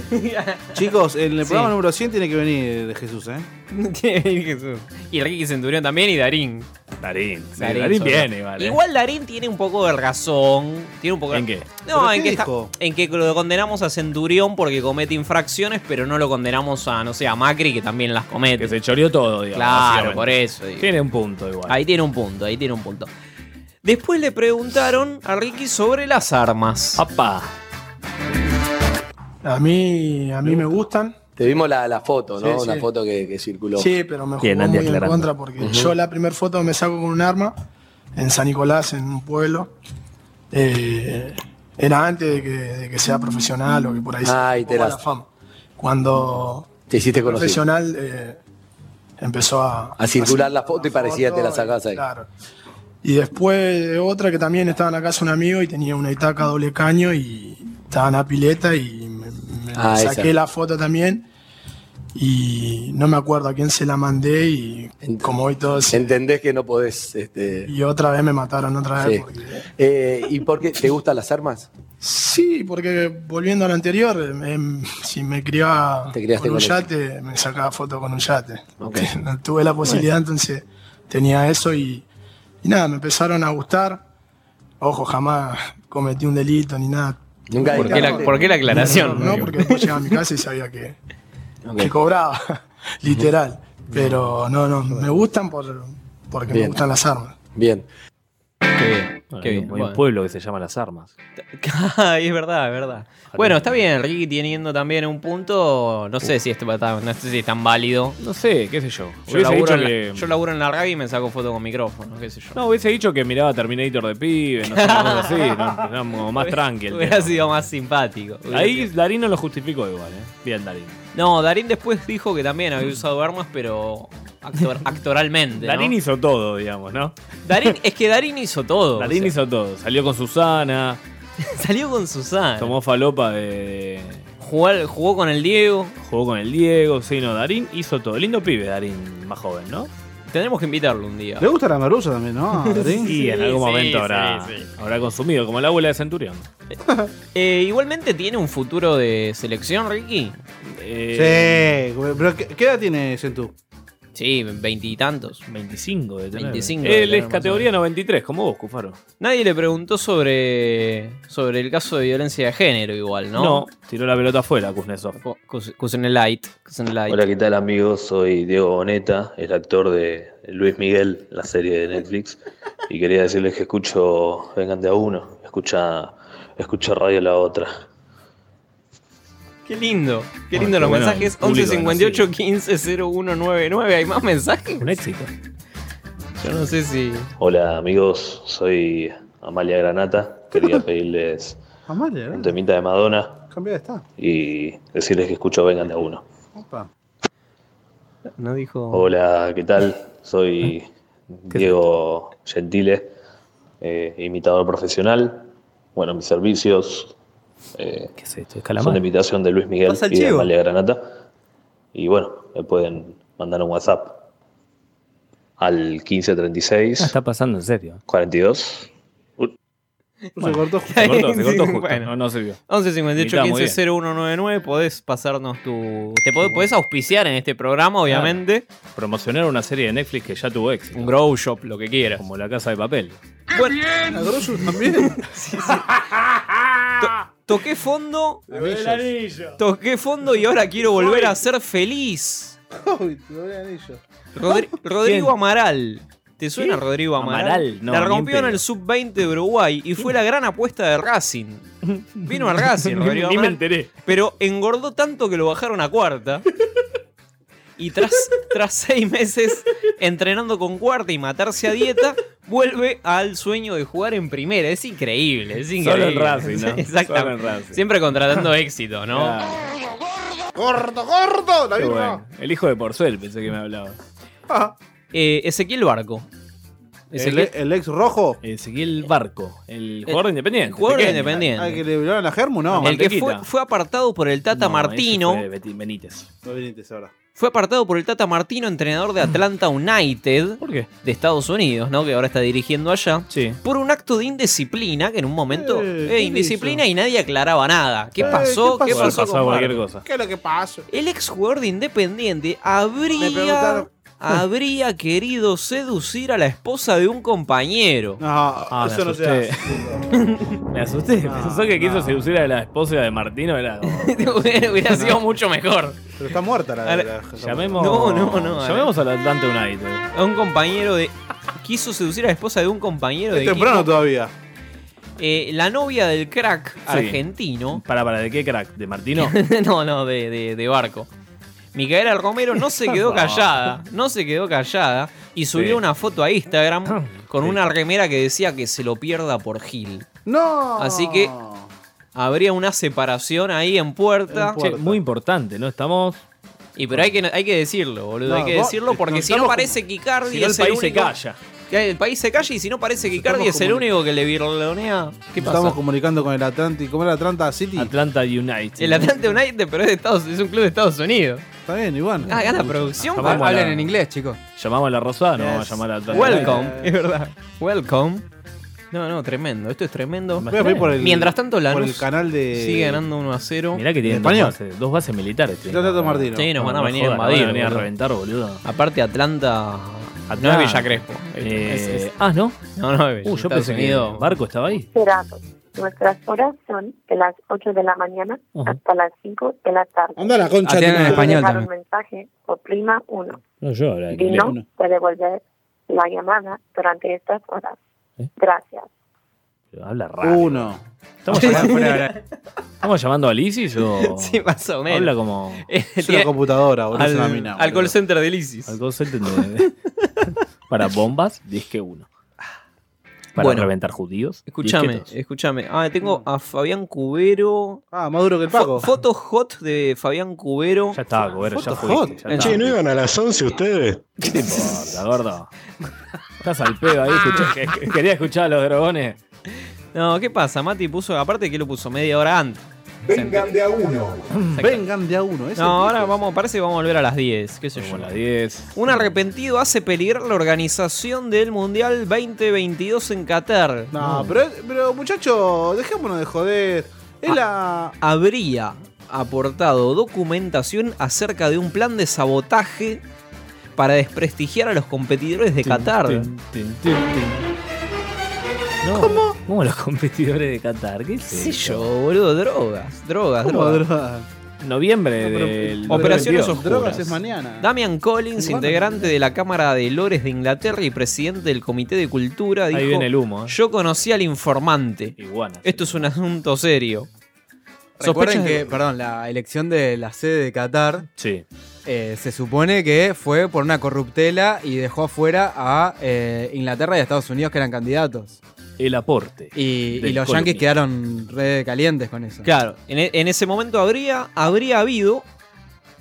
S8: Chicos, en el
S9: Sí.
S8: programa número 100 tiene que venir Jesús, ¿eh?
S9: Tiene que ir Jesús. Y Ricky Centurión también y Darín.
S10: Darín. eh.
S8: sí, Darín viene,
S10: vale.
S9: Igual Darín tiene un poco de razón. Tiene un poco de-
S10: ¿En qué?
S9: No,
S8: ¿Pero
S9: en
S8: qué
S9: que, está-
S8: dijo?
S9: en que lo condenamos a Centurión porque comete infracciones, pero no lo condenamos a, no sé, a Macri que también las comete.
S10: Que se choreó todo, digamos.
S9: Claro,
S10: básicamente.
S9: por eso. digo.
S10: Tiene un punto igual.
S9: Ahí tiene un punto, ahí tiene un punto. Después le preguntaron a Ricky sobre las armas.
S10: ¡Apa!
S2: A mí, a mí me gustan.
S17: Te vimos Ah, la, la foto, ¿no?
S2: Sí,
S17: Una
S2: sí.
S17: foto que, que circuló.
S2: Sí, pero me jugó muy en contra porque
S17: Ujú.
S2: yo la primera foto me saco con un arma en San Nicolás, en un pueblo. Eh, era antes de que, de que sea profesional o que por ahí
S17: Ah,
S2: se
S17: y
S2: ponga
S17: te
S2: la
S17: eras-
S2: fama. Cuando
S17: Te hiciste conocido.
S2: profesional eh, empezó a,
S17: A circular la
S2: hacer-
S17: foto y parecía te la sacabas ahí.
S2: Claro. Y después de otra que también estaba en la casa de un amigo y tenía una itaca doble caño y estaba en la pileta y me, me
S17: Ah, esa.
S2: saqué la foto también. Y no me acuerdo a quién se la mandé y como hoy todos...
S17: Entendés que no podés. Este,
S2: Y otra vez me mataron, otra vez.
S17: sí. Eh, ¿Y por qué? ¿Te gustan las armas?
S2: Sí, porque volviendo a lo anterior, em, si me criaba
S17: Te criaste
S2: con
S17: con
S2: un
S17: eso.
S2: yate, me sacaba foto con un yate.
S17: Ok.
S2: No tuve la posibilidad, entonces tenía eso y, y nada, me empezaron a gustar. Ojo, jamás cometí un delito ni nada.
S17: Nunca
S9: ¿Por qué la- por qué la aclaración?
S2: No, no, porque después llegaba a mi casa y sabía que, que cobraba, literal. Pero no, no, me gustan por, porque
S10: Bien.
S2: me gustan las armas.
S17: Bien.
S9: Qué bien. qué
S10: hay
S9: bien.
S10: un
S9: Bueno.
S10: pueblo que se llama Las Armas.
S9: Ay, es verdad, es verdad. Bueno, está bien, Ricky teniendo también un punto. No sé si este va tan- no sé si es tan válido.
S10: No sé, qué sé yo.
S9: Yo
S10: Hubiese
S9: laburo,
S10: dicho
S9: en la,
S10: que-
S9: yo laburo en la radio y me saco foto con micrófono, qué sé yo.
S10: No, hubiese dicho que miraba Terminator de pibe, no sé, una cosa así. No, Era como más tranqui el
S9: Hubiera
S10: tema.
S9: sido más simpático. Hubiera
S10: Ahí
S9: sido-
S10: Darín no lo justificó igual, ¿eh? Bien, Darín.
S9: No, Darín después dijo que también había usado armas, pero actor- actoralmente. ¿no?
S10: Darín hizo todo, digamos, ¿no?
S9: Darín, es que Darín hizo todo. o
S10: Darín
S9: sea,
S10: hizo todo. Salió con Susana,
S9: Salió con Susana.
S10: tomó falopa de.
S9: Jugó, jugó con el Diego.
S10: Jugó con el Diego, sí, no. Darín hizo todo. Lindo pibe, Darín, más joven, ¿no?
S9: Tenemos que invitarlo un día.
S8: Le gusta la merluza también, ¿no? a Darín?
S10: Sí, en algún
S9: sí,
S10: momento
S9: sí,
S10: habrá,
S9: sí.
S10: habrá consumido, como la abuela de Centurión.
S9: Eh, igualmente tiene un futuro de selección, Ricky.
S8: Sí, güey, pero ¿qué, qué edad tiene Centú?
S9: Sí, veintitantos.
S10: 25 de tener.
S9: 25 de
S10: Él
S9: tener,
S10: es
S9: más
S10: categoría 93, como vos, Cufaro.
S9: Nadie le preguntó sobre, sobre el caso de violencia de género igual, ¿no?
S10: No, tiró la pelota afuera, Kuznetsov.
S9: Kuznelite. Kuznelite.
S18: Hola, ¿qué tal amigos? Soy Diego Boneta, el actor de Luis Miguel, la serie de Netflix, y quería decirles que escucho Vengan de a uno, escucha, escucha radio la otra.
S9: Qué lindo. Qué lindo
S18: Ay,
S9: los
S18: qué bueno,
S9: mensajes.
S18: público
S9: 11 58 15 0199. ¿Hay más mensajes?
S10: Un éxito.
S9: Yo no sé si.
S18: Hola amigos, soy Amalia Granata, quería pedirles
S8: Amalia,
S18: un
S8: ¿eh?
S18: temita de Madonna
S8: Cambiada está.
S18: y decirles que escucho Vengan de a uno.
S8: Opa.
S9: No dijo.
S18: Hola, ¿qué tal? Soy Diego Gentile, eh, imitador profesional. Bueno, mis servicios eh, son de imitación de Luis Miguel
S9: Pasa el
S18: y de
S9: chivo.
S18: Amalia Granata. Y bueno, me pueden mandar un WhatsApp al 1536
S10: Ah, está pasando en serio.
S18: 42.
S8: se cortó
S10: justo. Se cortó, se cortó justo.
S9: Bueno.
S10: No, no sirvió.
S9: 11 58
S10: Mitad, muy
S9: 15 0199. Podés pasarnos tu. Te podés, podés auspiciar en este programa, obviamente.
S10: Promocionar una serie de Netflix que ya tuvo éxito. Un
S9: grow shop, lo que quieras.
S10: Como la casa de papel.
S8: Ah, ¿A Grosso también?
S9: Toqué fondo.
S8: Anillos. El anillo.
S9: Toqué fondo y ahora quiero volver a ser feliz.
S8: Uy, te doy el anillo.
S9: Rodri- Rodrigo
S8: ¿Quién?
S9: Amaral. ¿Te suena
S8: ¿Quién?
S9: Rodrigo Amaral?
S10: Amaral, no,
S9: La
S10: ni
S9: rompió
S10: en
S9: en
S10: pedo.
S9: el sub-20 de Uruguay y fue la gran apuesta de Racing. Vino a Racing,
S10: Ni-
S9: Rodrigo
S10: ni me
S9: Amaral,
S10: enteré.
S9: Pero engordó tanto que lo bajaron a cuarta. Y tras, tras seis meses entrenando con cuarta y matarse a dieta, vuelve al sueño de jugar en primera. Es increíble, es increíble.
S10: Solo en Racing, ¿no? Solo en
S9: Exactamente.
S10: Racing. Ah.
S9: Siempre contratando éxito, ¿no?
S10: Claro.
S8: ¡Gordo, gordo! La
S10: Qué
S8: misma.
S10: bueno. El hijo de Porcel pensé que me hablaba.
S9: Eh, Ezequiel Barco.
S8: ¿El, el ex rojo?
S10: Ezequiel Barco. El jugador independiente.
S9: el jugador
S10: pequeño.
S9: independiente.
S8: Ah, que le violaron a Germu, no.
S9: Eh, el que fue,
S10: Mantequita.
S9: fue apartado por el Tata
S10: No, ese
S9: Martino.
S10: fue Beti- Benítez.
S8: No viniste ahora.
S9: Fue apartado por el Tata Martino, entrenador de Atlanta United. De Estados Unidos, ¿no? Que ahora está dirigiendo allá. Por un acto de indisciplina, que en un momento.
S8: Eh,
S9: eh,
S8: ¿qué
S9: indisciplina y nadie aclaraba nada.
S10: Eh,
S9: ¿Qué pasó? ¿Qué pasó? con Barco?
S8: ¿Qué es lo que pasó?
S9: El ex jugador de Independiente
S8: Me preguntaron.
S9: habría. Habría querido seducir a la esposa de un compañero.
S8: No,
S10: Ah,
S8: eso
S10: me
S8: no se hace. Ah,
S10: asusté. me asusté. Pensó que quiso seducir a la esposa de Martino. Era como-
S9: Hubiera sido mucho mejor.
S8: Pero está muerta la.
S9: A
S8: la-
S9: la-
S8: la-
S10: Llamemos,
S9: No, no, no.
S10: Llamemos al Atlanta United.
S9: A un compañero de. Quiso seducir a la esposa de un compañero
S8: Es
S9: de.
S8: temprano
S9: equipo
S8: todavía.
S9: Eh, la novia del crack argentino.
S10: ¿Para, para de qué crack? ¿De Martino?
S9: no, no, de, de- de barco. Micaela Romero no se quedó
S10: No.
S9: callada, no se quedó callada y subió
S10: Sí.
S9: una foto a Instagram con
S10: Sí.
S9: una remera que decía que se lo pierda por Gil.
S8: No.
S9: Así que habría una separación ahí en puerta.
S10: Che, muy importante, ¿no? Estamos.
S9: Y pero hay que, hay que decirlo, boludo,
S10: No,
S9: hay que
S10: vos-
S9: decirlo porque
S10: nos
S9: si no
S10: estamos-
S9: parece que Icardi
S10: si no, el
S9: es
S10: país se
S9: único-
S10: calla.
S9: que el país se calla y si no parece que
S8: estamos
S9: Icardi es el
S8: comuni-
S9: único que le virlonea. ¿Qué
S8: Nos
S9: pasa?
S8: Estamos comunicando con el Atlántico. ¿Cómo era Atlanta City?
S10: Atlanta United.
S9: El Atlanta United, pero es, de Estados, es un club de Estados Unidos.
S8: Está bien, igual.
S9: Ah, gana producción.
S10: Llamamos a la-
S9: Hablan
S1: inglés, chicos.
S10: Llamamos a la Rosada, no
S9: Yes.
S10: vamos a llamar a Atlanta.
S9: Welcome, es verdad. Welcome. No, no, tremendo. Esto es tremendo.
S10: Voy a pedir por el-
S9: Mientras tanto, Lanús
S10: por el canal de-
S9: sigue ganando 1 a 0.
S10: Mirá que tienen dos bases, dos bases militares. tienen.
S9: Sí, nos van a
S10: eh, No
S9: venir a invadir.
S10: jodas, nos Van a venir a
S9: boludo.
S10: reventar, boludo.
S9: Aparte, Atlanta. No es Villa Crespo.
S10: Eh,
S9: Este, Es- es-
S10: Ah, ¿no?
S9: No, no, es Villa
S10: Uh, yo
S9: Estados
S10: pensé
S9: Unidos.
S10: que Barco estaba ahí.
S19: Esperamos. Nuestras horas son de las 8 de la mañana
S10: Ujú.
S19: hasta las 5 de la tarde.
S10: Anda la concha Ah, tienen de tu en madre.
S19: Si
S10: español
S19: dejar un
S10: también.
S19: mensaje, oprima 1.
S10: No, yo ahora.
S19: Si no, puede volver la llamada durante estas horas.
S10: ¿Eh?
S19: Gracias.
S10: Habla raro.
S8: Uno.
S10: ¿Estamos llamando, ¿Estamos llamando a Lisis o.?
S9: Sí, más o menos.
S10: Habla como.
S8: Es una computadora, boludo.
S10: Al-
S8: Eh, Es una mina.
S9: Al call center del ISIS.
S10: Al call center de- Para bombas, disque uno. Para
S9: Bueno.
S10: reventar judíos.
S9: Escúchame,
S10: disque dos.
S9: escúchame. Ah, tengo a Fabián Cubero.
S8: Ah, más duro que el Ah,
S9: Paco. foto hot de Fabián Cubero. Ya
S10: estaba, Cubero,
S9: ya
S10: fuiste, ya está. Che, ¿no
S20: iban a las 11 ustedes?
S10: ¿Qué te importa, gordo? Estás al pedo ahí. escuchá- que- que- Quería escuchar a los dragones.
S9: Ah. No, ¿qué pasa? Mati puso, aparte que lo puso media hora antes.
S8: Vengan de a uno. Vengan de a uno. ese
S9: No, ahora
S8: tipo.
S9: vamos, parece que vamos a volver a las 10, qué sé yo.
S10: las 10.
S9: Un arrepentido hace peligrar la organización del Mundial 2022 en Qatar.
S8: No, Ah, pero, pero muchachos, dejémonos de joder. Es la.
S10: Ah.
S9: Habría aportado documentación acerca de un plan de sabotaje para desprestigiar a los competidores de Qatar.
S10: ¿Cómo? ¿Cómo los competidores de Qatar? ¿Qué
S9: sé yo, boludo? Drogas, drogas,
S10: ¿Cómo
S9: drogas.
S10: Noviembre del.
S9: Operaciones
S10: 2022.
S9: oscuras.
S8: Drogas es mañana.
S9: Damian Collins, integrante de la Cámara de Lores de Inglaterra y presidente del Comité de Cultura, dijo:
S10: Ahí viene el humo. ¿eh?
S9: Yo conocí al informante.
S10: Iguana.
S9: Esto es un asunto serio.
S1: Recuerden
S9: Sospechas
S1: que,
S9: de-
S1: perdón, la elección de la sede de Qatar eh,
S10: sí.
S1: se supone que fue por una corruptela y dejó afuera a eh, Inglaterra y a Estados Unidos que eran candidatos.
S10: El aporte.
S1: Y, y
S9: del
S1: los yanquis
S9: columnista.
S1: quedaron re calientes con eso.
S9: Claro, en, e- en ese momento habría, habría habido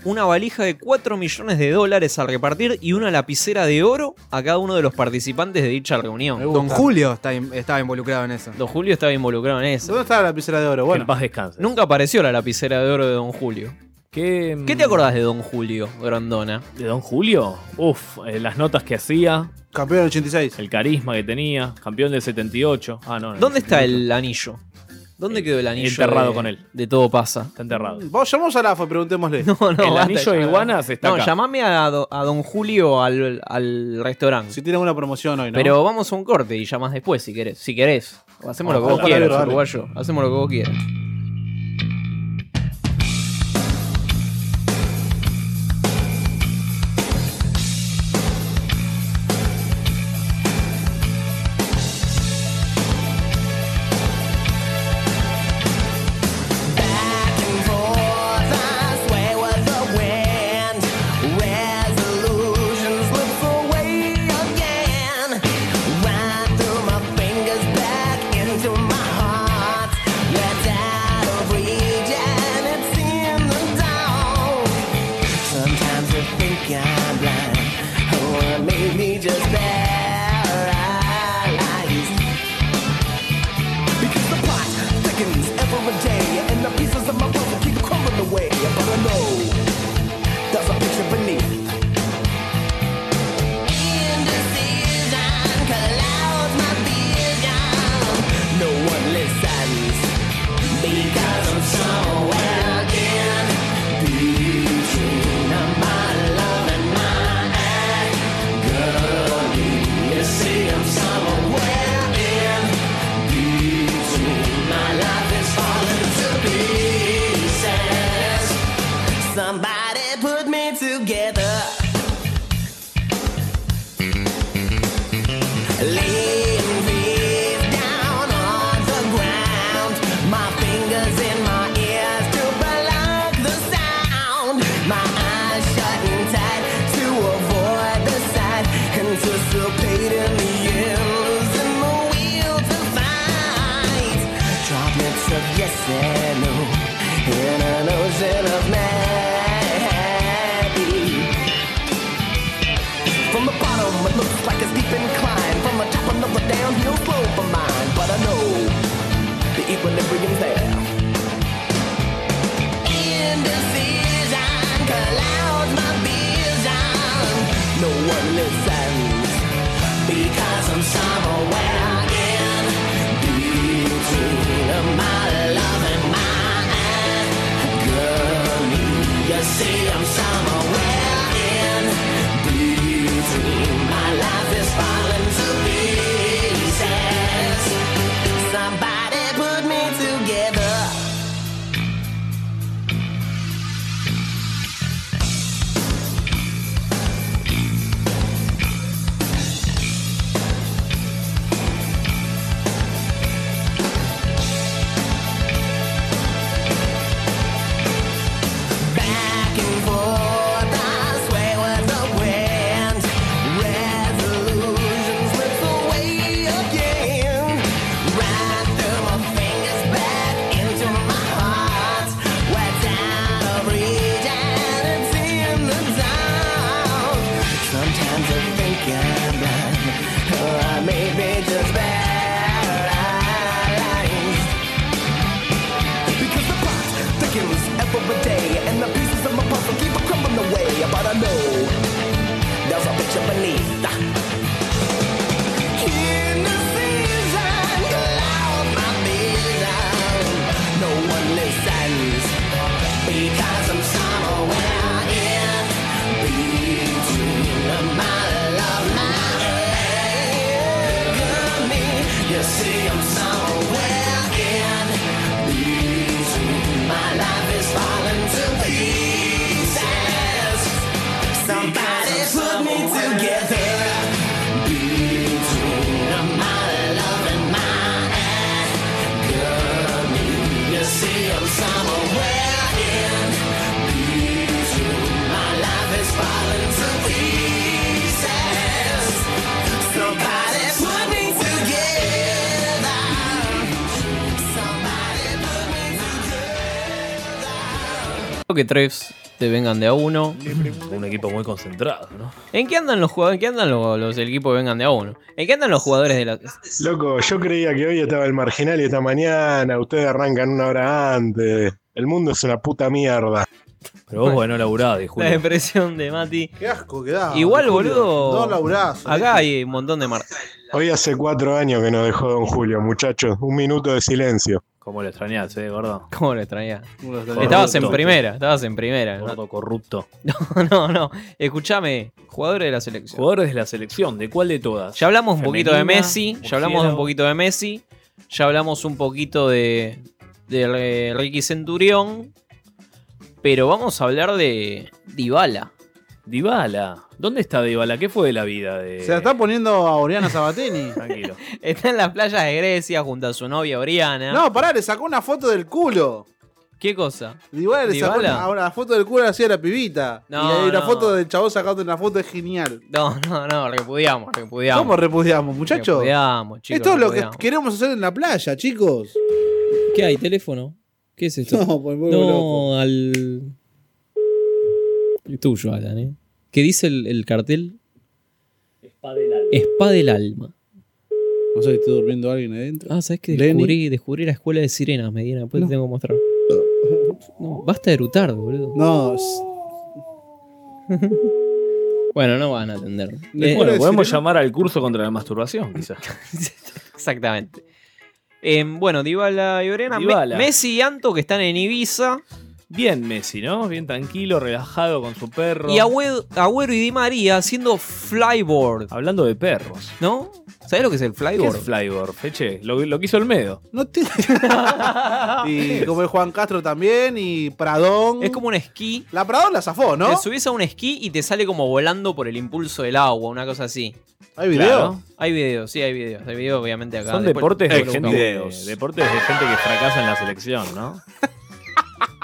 S9: una valija de 4 millones de dólares a repartir y una lapicera de oro a cada uno de los participantes de dicha reunión.
S1: Don Julio está in- estaba involucrado en eso.
S9: Don Julio estaba involucrado en eso.
S8: ¿Dónde estaba la lapicera de oro? Bueno,
S10: paz descanse.
S9: Nunca apareció la lapicera de oro de Don Julio.
S10: ¿Qué,
S9: ¿Qué te acordás de Don Julio, Grandona?
S10: ¿De Don Julio? Uf, eh, las notas que hacía.
S8: Campeón del 86.
S10: El carisma que tenía. Campeón del 78. Ah, no. no,
S9: ¿Dónde
S10: no.
S9: está el anillo? ¿Dónde quedó el anillo?
S10: Enterrado
S9: de-
S10: con él.
S9: De todo pasa. Está
S10: enterrado.
S8: Vos llamamos a la AFA, preguntémosle.
S9: No, no,
S10: El
S9: basta,
S10: anillo de
S9: ya-
S10: iguanas está
S9: No,
S10: acá.
S9: llamame a, do- a Don Julio al, al restaurante.
S8: Si tiene alguna promoción hoy, ¿no?
S9: Pero vamos a un corte y llamás después si querés. Si querés. O Hacemos lo que
S8: Vamos
S9: vos
S8: a la
S9: quieras,
S8: birra, Ah, dale.
S9: uruguayo. Hacemos lo que vos quieras.
S16: Right through my fingers, back into my heart. Let's have
S4: Oh, a downhill slope for mine, but I know the equilibrium's there. Indecision clouds my vision. No one listens because I'm somewhere in between my love and mine. Girl, you see I'm somewhere in between. My life is falling to pieces. Somebody put me together. Back and forth, I sway with the wind. Resolution slips away again. Right through my fingers, back into my heart. What's out of reach and it's in the dark. Sometimes I think I'm blind, or I may be just paralyzed. Because the plot thickens every day And the pieces of my puzzle keep crumbling away But I know there's a picture beneath In the season, cloud my vision No one listens Because I'm somewhere in between My love, my agony You see I'm somewhere in my life is falling to pieces. Somebody put me together. Between my love and mine, girl, you see I'm somewhere in between. My life is falling to pieces. Somebody put me together. Somebody put me
S9: Creo que tres te vengan de a uno.
S10: Un equipo muy concentrado, ¿no?
S9: ¿En qué andan los jugadores? ¿En qué andan los, los del equipo que vengan de a uno? ¿En qué andan los jugadores de la.
S20: Loco, yo creía que hoy estaba el marginal y esta mañana ustedes arrancan una hora antes. El mundo es una puta mierda.
S10: Pero vos, bueno, laburás,
S9: La depresión de Mati.
S8: Qué asco que da.
S9: Eh, Igual,
S8: Julio.
S9: boludo.
S8: No laburás. ¿eh?
S9: Acá hay un montón de marcas.
S20: Hoy hace cuatro años que nos dejó Don Julio, muchachos. Un minuto de silencio.
S10: Como lo extrañás, eh, gordo.
S9: ¿Cómo lo extrañás?
S10: Uno está
S9: Estabas en
S10: corrupto.
S9: primera, estabas en primera.
S10: Gordo corrupto.
S9: No, no, no. Escuchame, jugadores de la selección.
S10: Jugadores de la selección, ¿de cuál de todas?
S9: Ya hablamos un
S10: Femenina,
S9: poquito de Messi, ya hablamos un
S10: murciélago.
S9: poquito de Messi, ya hablamos un poquito de, de, eh, Ricky Centurión, pero vamos a hablar de Dybala.
S10: Dybala, ¿dónde está Dybala? ¿Qué fue de la vida de
S8: Se la está poniendo a Oriana Sabatini.
S10: Tranquilo.
S9: Está en las playas de Grecia junto a su novia Oriana.
S8: No, pará, le sacó una foto del culo.
S9: ¿Qué cosa?
S8: Igual le sacó
S9: ¿Dybala?
S8: una, una foto del culo así a la pibita.
S9: No,
S8: y la
S9: no.
S8: foto del chabón sacando una foto es genial.
S9: No, no, no, repudiamos, repudiamos.
S8: ¿Cómo repudiamos, muchachos?
S9: Repudiamos, chicos.
S8: Esto es lo que
S9: repudiamos.
S8: queremos hacer en la playa, chicos.
S9: ¿Qué hay? ¿Teléfono? ¿Qué es esto?
S8: No, pues, muy loco.
S9: al. Es tuyo, Alan, ¿eh? ¿Qué dice el, el cartel? Espada del alma.
S8: No sé si está durmiendo alguien adentro.
S9: Ah, ¿sabes qué?
S8: Lenny.
S9: Descubrí, descubrí la escuela de sirenas, Medina. Después te tengo que mostrar. No, basta de erutar, boludo.
S8: No.
S9: Bueno, no van a atender. Eh,
S10: bueno, podemos llamar al curso contra la masturbación, quizás.
S9: Exactamente. Eh, bueno, Dybala y Oriana. Me-
S10: Dybala.
S9: Messi y Anto que están en Ibiza.
S10: Bien Messi, ¿no? Bien tranquilo, relajado con su perro.
S9: Y Agüero, Agüero y Di María haciendo flyboard.
S10: Hablando de perros.
S9: ¿No? ¿Sabés lo que es el
S10: ¿Qué
S9: flyboard?
S10: es Flyboard, Feche? Lo, lo que hizo Olmedo.
S8: Y como es Juan Castro también, y Pradón.
S9: Es como un esquí.
S8: La Pradón la zafó, ¿no?
S9: Te subís a un esquí y te sale como volando por el impulso del agua, una cosa así.
S8: ¿Hay video?
S9: Claro. Hay video, sí, hay video. Hay video, obviamente, acá.
S10: Son
S9: Después-
S10: deportes de,
S9: después lo
S10: gente,
S9: buscamos.
S10: deportes de gente que fracasa en la selección, ¿no?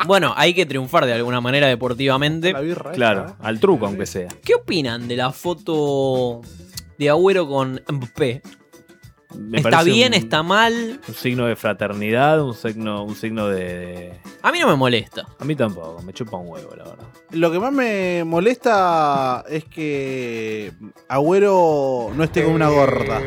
S9: Bueno, hay que triunfar de alguna manera deportivamente.
S10: Claro, al truco aunque sea.
S8: ¿eh?
S9: ¿Qué opinan de la foto de Agüero con Mbappé?
S10: Me
S9: ¿Está
S10: parece
S9: bien?
S10: un-
S9: ¿Está mal?
S10: Un signo de fraternidad, un signo, un signo de.
S9: A mí no me molesta.
S10: A mí tampoco, me chupa un huevo, la verdad.
S8: Lo que más me molesta es que Agüero no esté con una gorda.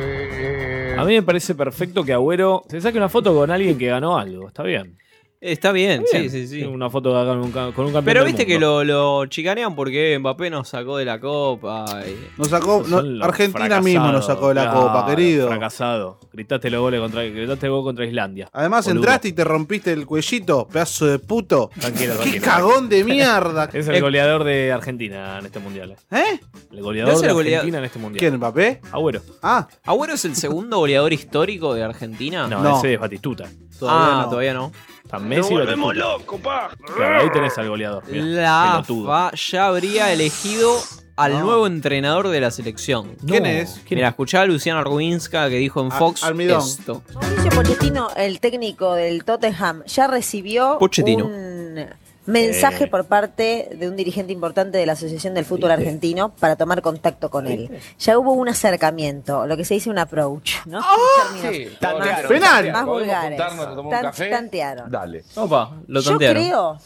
S10: A mí me parece perfecto que Agüero se saque una foto con alguien que ganó algo. Está bien.
S9: Está bien,
S10: Está
S9: sí,
S10: bien.
S9: sí, sí.
S10: Una foto con un, ca- con un campeón.
S9: Pero
S10: del
S9: viste que
S10: mundo.
S9: lo, lo chicanean porque Mbappé nos sacó de la copa. y-
S8: Nos sacó,
S9: Esos
S8: no-
S9: son los
S8: Argentina
S9: fracasados.
S8: mismo nos sacó de la
S10: Claro,
S8: copa, querido.
S10: Fracasado. Gritaste los goles contra, gritaste el gol contra Islandia.
S8: Además
S10: Boludo.
S8: entraste y te rompiste el cuellito, pedazo de puto.
S10: Tranquilo,
S8: ¡Qué
S10: tranquilo.
S8: cagón de mierda!
S10: Es el goleador de Argentina en este mundial.
S8: ¿Eh?
S10: El goleador
S9: No es el
S10: de
S9: goleador.
S10: Argentina en este mundial.
S9: ¿Quién,
S8: Mbappé?
S10: Agüero.
S8: Ah.
S9: ¿Agüero es el segundo goleador histórico de Argentina?
S10: No, ese es Batistuta.
S9: ah, todavía no.
S10: Está Messi y Batistuta.
S9: loco, pa.
S10: Claro, ahí tenés al goleador. mirá,
S9: La
S10: pelotudo.
S9: AFA ya habría elegido al nuevo entrenador de la selección.
S8: ¿Quién es?
S9: Mira, escuchaba a Luciana Rubinska que dijo en
S8: A-
S9: Fox
S8: almidón.
S9: esto.
S21: Mauricio Este Pochettino, el técnico del Tottenham, ya recibió
S9: Pochettino.
S21: un mensaje
S9: Eh.
S21: por parte de un dirigente importante de la Asociación del Fútbol Argentino para tomar contacto con él. Ya hubo un acercamiento, lo que se dice un approach, ¿no?
S8: ¡Ah!
S6: Sí,
S21: Más-
S6: penal.
S21: Más
S6: Podemos
S21: vulgares.
S6: juntarnos a tomar un
S21: Tan-
S6: café.
S21: Tantearon.
S6: Dale.
S9: Opa, lo
S21: Yo
S9: tantearon.
S21: creo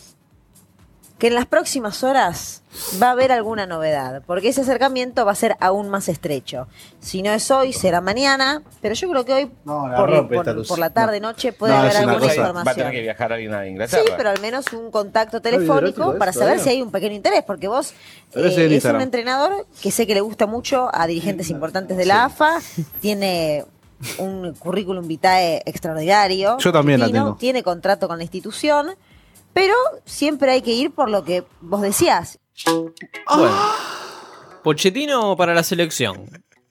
S21: que en las próximas horas va a haber alguna novedad, porque ese acercamiento va a ser aún más estrecho. Si no es hoy, será mañana, pero yo creo que hoy,
S8: la
S21: por,
S6: rompe
S21: por-
S6: esta luz.
S21: por la tarde, noche, puede
S6: No,
S21: haber
S6: es una
S21: alguna
S6: cosa- Va a
S21: información.
S6: tener que viajar alguien a Inglaterra.
S21: Sí, pero al menos un contacto
S6: erótico
S21: telefónico
S6: es
S21: para saber
S6: todavía.
S21: si hay un pequeño interés, porque vos eh,
S6: Pero ese es el
S21: es un
S6: Instagram.
S21: entrenador que sé que le gusta mucho a dirigentes importantes de la AFA, tiene un currículum vitae extraordinario.
S8: Yo también la
S21: divino,
S8: tengo.
S21: Tiene contrato con la institución, pero siempre hay que ir por lo que vos decías.
S8: Ah.
S9: Bueno. Pochettino para la selección.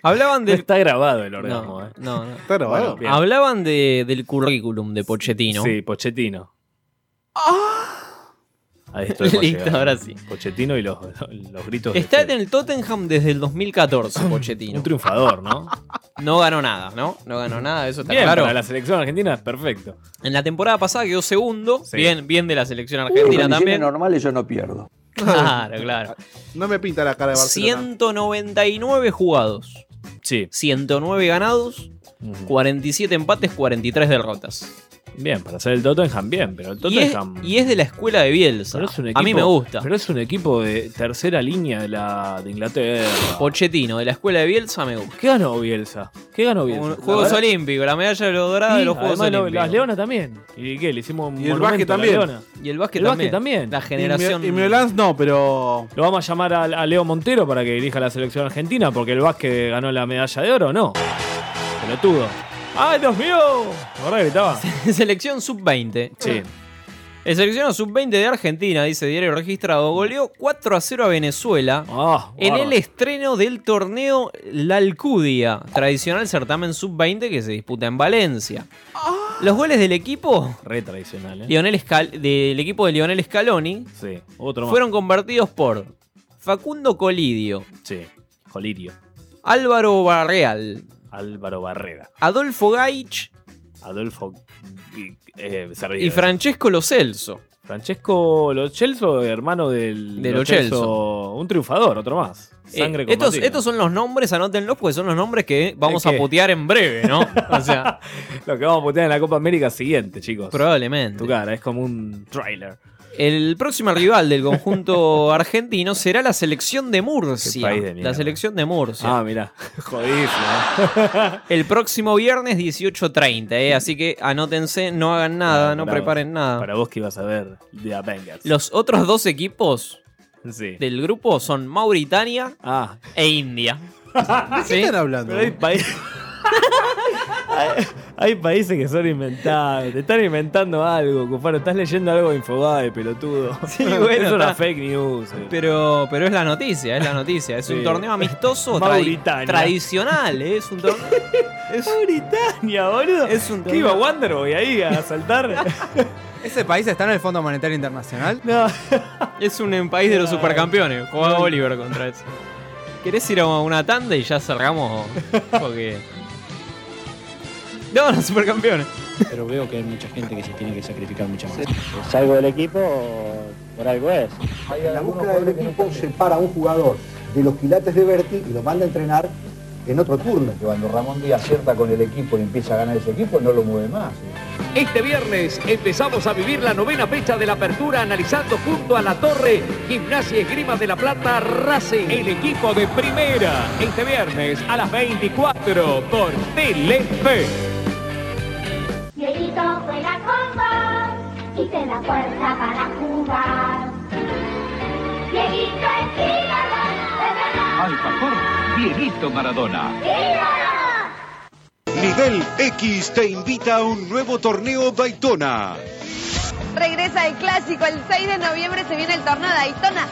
S9: Hablaban del.
S10: está grabado el eh.
S9: orgasmo, no, No, no.
S8: Está
S10: Ah,
S8: grabado.
S9: Bueno, hablaban de- del currículum de Pochettino.
S10: Sí, Pochettino. Ahí estoy por
S9: Listo,
S10: llegar.
S9: ahora sí.
S10: Pochettino y los, los gritos. de-
S9: Está en el Tottenham desde el 2014, Pochettino.
S10: este Un triunfador, ¿no?
S9: No ganó nada, ¿no? No ganó nada, eso está
S10: Bien,
S9: claro.
S10: para la selección argentina, perfecto.
S9: En la temporada pasada quedó segundo. Bien, bien de la selección argentina
S11: en
S9: también.
S11: condiciones normales yo no pierdo.
S9: Claro, claro.
S8: No me pinta la cara de Barcelona.
S9: 199 jugados.
S10: Sí.
S9: 109 ganados, 47 empates, 43 derrotas.
S10: Bien, para ser el Tottenham, bien, pero el
S9: Y es,
S10: Tottenham.
S9: y es de la escuela de Bielsa.
S10: pero es un
S9: A mí
S10: equipo-
S9: me gusta.
S10: Pero es un equipo de tercera línea de, la, de Inglaterra.
S9: Pochettino, de la escuela de Bielsa me gusta.
S10: ¿Qué ganó Bielsa? ¿Qué ganó Bielsa?
S9: Un-
S10: La
S9: Juegos
S10: verdad-
S9: Olímpicos, la medalla de lo dorada
S10: Sí,
S9: de los Juegos
S10: además lo-
S9: Olímpicos.
S10: las Leonas también. ¿Y qué? Le hicimos un
S8: Y el
S10: monumento
S8: básquet
S10: a la
S8: también.
S10: Leona.
S9: Y el básquet
S10: El
S9: también.
S10: básquet también.
S9: La generación.
S8: Y Meolans no, pero.
S10: Lo vamos a llamar a, a Leo Montero para que dirija la selección argentina porque el básquet ganó la medalla de oro, ¿no? Pelotudo. ¡Ay, Dios mío! Ahora gritaba.
S9: Selección sub-20.
S10: Sí.
S9: El seleccionado sub-20 de Argentina, dice Diario Registrado, goleó 4 a 0 a Venezuela en
S10: Ah, bárbaro.
S9: el estreno del torneo La Alcudia, tradicional certamen sub-20 que se disputa en Valencia.
S10: Ah.
S9: Los goles del equipo,
S10: Re tradicional, ¿eh?
S9: Lionel Escal- del equipo de Lionel Scaloni,
S10: Sí, otro más.
S9: fueron convertidos por Facundo Colidio,
S10: Sí, Colirio.
S9: Álvaro Barreal,
S10: Álvaro Barrera.
S9: Adolfo Gaich
S10: Adolfo y, eh, Sarriera.
S9: y Francesco Lo Celso.
S10: Francesco Lo Celso, hermano del
S9: De
S10: Lo
S9: Lo Celso.
S10: Celso. Un triunfador, otro más.
S9: Eh,
S10: Sangre con
S9: estos,
S10: Martino.
S9: estos son los nombres, anótenlos, porque son los nombres que vamos a
S10: qué?
S9: putear en breve, ¿no? O sea,
S10: Lo que vamos a putear en la Copa América siguiente, chicos.
S9: probablemente.
S10: Tu cara, es como un trailer.
S9: El próximo rival del conjunto argentino será la selección de Murcia.
S10: país de mierda.
S9: la selección de Murcia.
S10: Ah, mirá. Jodidísimo.
S9: El próximo viernes 18.30, ¿eh? así que anótense, no hagan nada, no
S10: Para
S9: preparen
S10: vos-
S9: nada.
S10: Para vos que ibas a ver The Avengers.
S9: Los otros dos equipos
S10: Sí.
S9: del grupo son Mauritania
S10: Ah.
S9: e India.
S8: ¿De qué están hablando?
S10: Pero hay, países hay, hay países que son inventados. Te están inventando algo, Cufaro. Estás leyendo algo de Infobae, pelotudo.
S9: Sí, bueno,
S10: es una
S9: está.
S10: fake news. eh.
S9: Pero, pero es la noticia, es la noticia. Es
S10: Sí.
S9: un torneo amistoso, tradi-
S10: Mauritania.
S9: tradicional, ¿eh? es un torneo. Es...
S10: Mauritania, boludo.
S9: Es un
S10: ¿Qué iba Wonderboy ahí a saltar?
S1: ¿Ese país está en el Fondo Monetario Internacional?
S10: No.
S9: Es un en país de los supercampeones. Jugaba Oliver contra eso. ¿Querés ir a una tanda y ya cerramos? Porque. No, los supercampeones.
S22: pero veo que hay mucha gente que se tiene que sacrificar mucho más. Salgo del equipo, por algo es.
S23: En la búsqueda del equipo separa a un jugador de los quilates de Berti y lo manda a entrenar
S24: en otro turno. Que cuando Ramón Díaz acierta con el equipo y empieza a ganar ese equipo, no lo mueve más.
S7: Este viernes empezamos a vivir la novena fecha de la apertura analizando junto a la torre Gimnasia y Esgrima de la Plata Racing. El equipo de primera este viernes a las 24 por Telefe.
S25: Dieguito juega con vos y te da fuerza para jugar. Dieguito es ídolo,
S7: Al favor, Dieguito Maradona.
S25: de verdad. ¡Ídolo!
S23: Nivel X te invita a un nuevo torneo Daytona.
S26: Regresa el clásico, el 6 de noviembre se viene el torneo de Daytona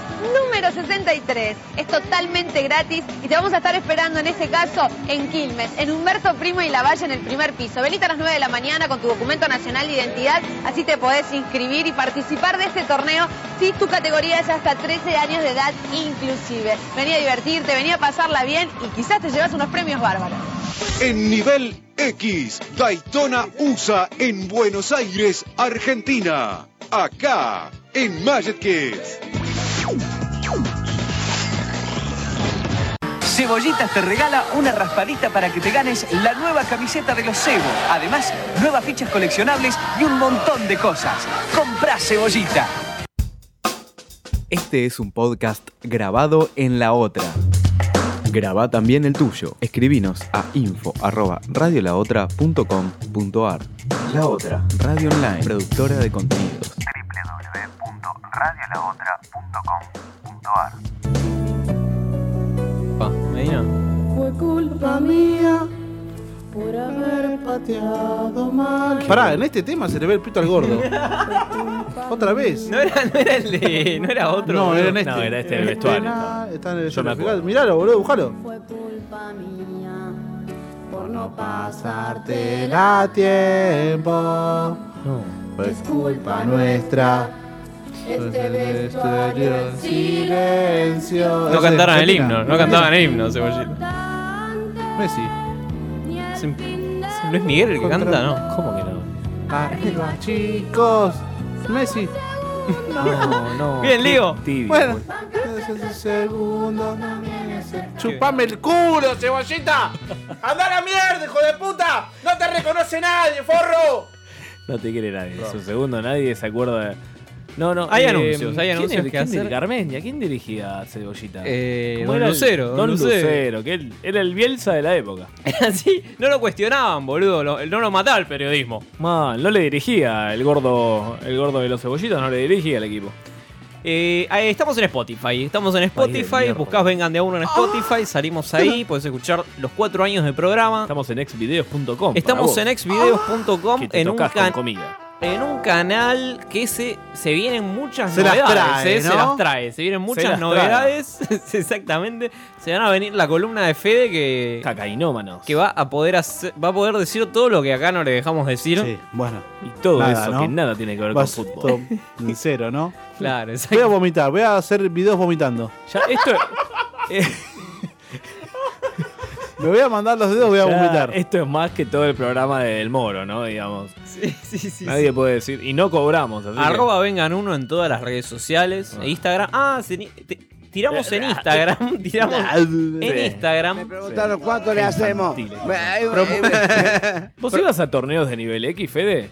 S26: número 63. Es totalmente gratis y te vamos a estar esperando en este caso en Quilmes, en Humberto Primo y La Valle en el primer piso. Venite a las 9 de la mañana con tu documento nacional de identidad, así te podés inscribir y participar de este torneo si tu categoría es hasta 13 años de edad inclusive. Vení a divertirte, vení a pasarla bien y quizás te llevas unos premios bárbaros.
S23: En Nivel X, Daytona USA en Buenos Aires, Argentina. Acá, en Magic Kids.
S7: Cebollitas te regala una raspadita para que te ganes la nueva camiseta de los Cebo. Además, nuevas fichas coleccionables y un montón de cosas. Comprá Cebollita.
S27: Este es un podcast grabado en la otra. Graba también el tuyo. Escribinos a info.radiolaotra.com.ar La Otra, Radio Online, productora de contenidos.
S28: www.radiolaotra.com.ar
S6: Ah,
S29: Fue culpa mía por haber pateado mal.
S8: Pará, en este tema se le ve el pito al gordo. Otra vez.
S9: No era, no era el de- no era otro.
S8: No, era en este.
S9: No, era este, el
S8: En
S9: vestuario.
S8: Está, está en el
S9: Yo me
S8: vestuario.
S9: acuerdo.
S8: Miralo, boludo, buscalo.
S29: Fue culpa mía por no
S8: Te
S29: pasarte la.
S8: da tiempo. Es culpa nuestra.
S29: Este
S8: vestuario en
S29: silencio.
S9: No cantaron el himno, no cantaban el himno, Cebollita.
S8: Messi.
S9: Luis Miguel el que
S8: Contra-
S9: canta, ¿no? ¿Cómo que no?
S8: Arriba, chicos. Messi.
S9: No, no. Bien, Leo.
S8: Bueno. Segundo, pues. Chupame el culo, cebollita. Anda a la mierda, hijo de puta. No te reconoce nadie, forro.
S10: No te quiere nadie. Es un segundo, nadie se acuerda. No, no.
S9: Hay anuncios, hay anuncios
S10: ¿quién,
S9: que
S10: quién
S9: hacer.
S10: dir- Garmendia, ¿quién dirigía a Cebollita?
S9: Eh,
S10: ¿Cómo
S9: don
S10: era el-
S9: Lucero, don
S10: Don Lucero.
S9: Lucero.
S10: que él- era el Bielsa de la época.
S9: Así, no lo cuestionaban, boludo. lo- no lo mataba el periodismo.
S10: Man, no le dirigía el gordo, el gordo de los cebollitos, no le dirigía al equipo.
S9: Eh, ahí estamos en Spotify. Estamos en Spotify.
S10: mierda.
S9: Buscás Vengan de a
S10: Ah.
S9: uno en Spotify. Salimos ahí. Podés escuchar los cuatro años del programa. Estamos en xvideos.com. Estamos
S10: vos.
S9: en xvideos.com
S10: Que te
S9: en, un
S10: tocas con
S9: can-
S10: comida.
S9: en un canal que se, se vienen muchas
S10: Se las
S9: novedades.
S10: trae,
S9: eh, Se
S10: ¿no?
S9: las trae. Se vienen
S10: Se
S9: muchas
S10: las trae.
S9: novedades. Exactamente. Se van a venir la columna de Fede que. Que va a poder hacer- va a poder decir todo lo que acá no le dejamos decir. Sí,
S8: bueno.
S9: Y todo
S8: Nada, ¿no?
S10: tiene que
S8: Vas todo Sincero, ¿no?
S9: Claro, exacto.
S8: Voy a vomitar, voy a hacer videos vomitando.
S10: Ya, esto.
S8: Me voy a mandar los dedos, voy a
S10: Ya,
S8: vomitar.
S10: Esto es más que todo el programa del Moro, ¿no? Digamos.
S9: Sí, sí,
S10: Nadie
S9: sí.
S10: puede decir. Y no cobramos. así que-
S9: Arroba vengan uno en todas las redes sociales. En Instagram. Ah, se ni- te- tiramos en Instagram. tiramos en Instagram. Me
S19: preguntaron cuánto le hacemos.
S10: ¿Vos ibas a torneos de nivel X, Fede?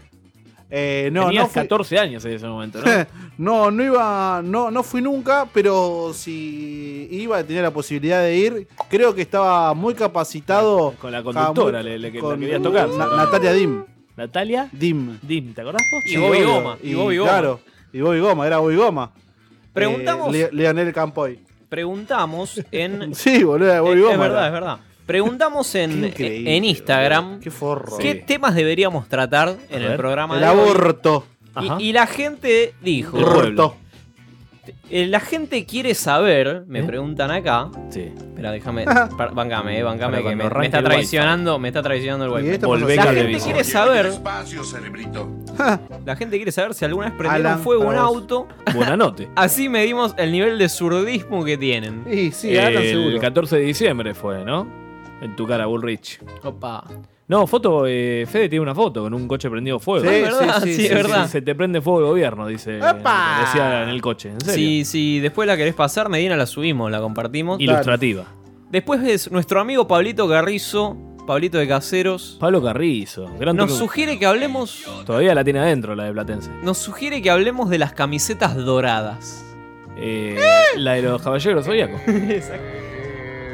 S8: Eh, no,
S10: Tenías
S8: no fui-
S10: 14 años en ese momento, ¿no?
S8: No, no iba, no, no fui nunca, pero si iba, tenía la posibilidad de ir. Creo que estaba muy capacitado.
S10: Con la conductora
S8: Ah, muy-
S10: le, le- que-
S8: con-
S10: le querías tocar.
S8: Na- Natalia Dim.
S10: ¿Natalia?
S8: Dim.
S10: Dim, ¿te acordás vos?
S8: Sí, obvio. Claro, y Bobby Goma, era Bobby Goma.
S9: Preguntamos-
S8: Eh, Le- Leonel Campoy.
S9: Preguntamos en.
S8: Sí, boludo, Bobby
S9: es
S8: Goma.
S9: verdad,
S8: era.
S9: es verdad. Preguntamos en,
S8: increíble,
S9: en Instagram
S8: Qué forro.
S9: qué temas deberíamos tratar en el
S8: ver.
S9: programa.
S8: El
S9: de hoy.
S8: aborto.
S9: Y-
S8: Ajá.
S9: Y, la gente dijo.
S8: El pueblo.
S9: Eh, La gente quiere saber,
S10: ¿Eh?
S9: me preguntan acá. Sí. Espera, déjame. par- bancame, eh, bancame,
S10: Para
S9: que
S10: cuando
S9: me, me
S10: arranque
S9: está
S10: el
S9: traicionando, me está traicionando el
S10: Y
S9: wifi.
S10: esto pasa Volvé
S9: La
S10: siempre.
S9: gente quiere saber. La gente quiere saber si alguna vez prendieron
S10: Alan,
S9: fuego un
S10: para vos.
S9: auto.
S10: Buena noche.
S9: Así medimos el nivel de surdismo que tienen.
S10: el 14 de diciembre fue, ¿no? En tu cara, Bullrich.
S9: Opa.
S10: No, foto, eh, Fede tiene una foto con un coche prendido fuego.
S9: Sí, Ah, es sí, verdad, sí, sí, sí, es verdad.
S10: Se te prende fuego el gobierno, dice.
S9: ¡Epa!
S10: Decía en el coche, en serio.
S9: Si, si después la querés pasar, Medina la subimos, la compartimos.
S10: Ilustrativa.
S9: Después es nuestro amigo Pablito Carrizo, Pablito de Caseros.
S10: Pablo Carrizo, gran
S9: Nos
S10: truco.
S9: sugiere que hablemos.
S10: Todavía la tiene adentro la de Platense.
S9: Nos sugiere que hablemos de las camisetas doradas.
S10: Eh, La de los caballeros zodíacos.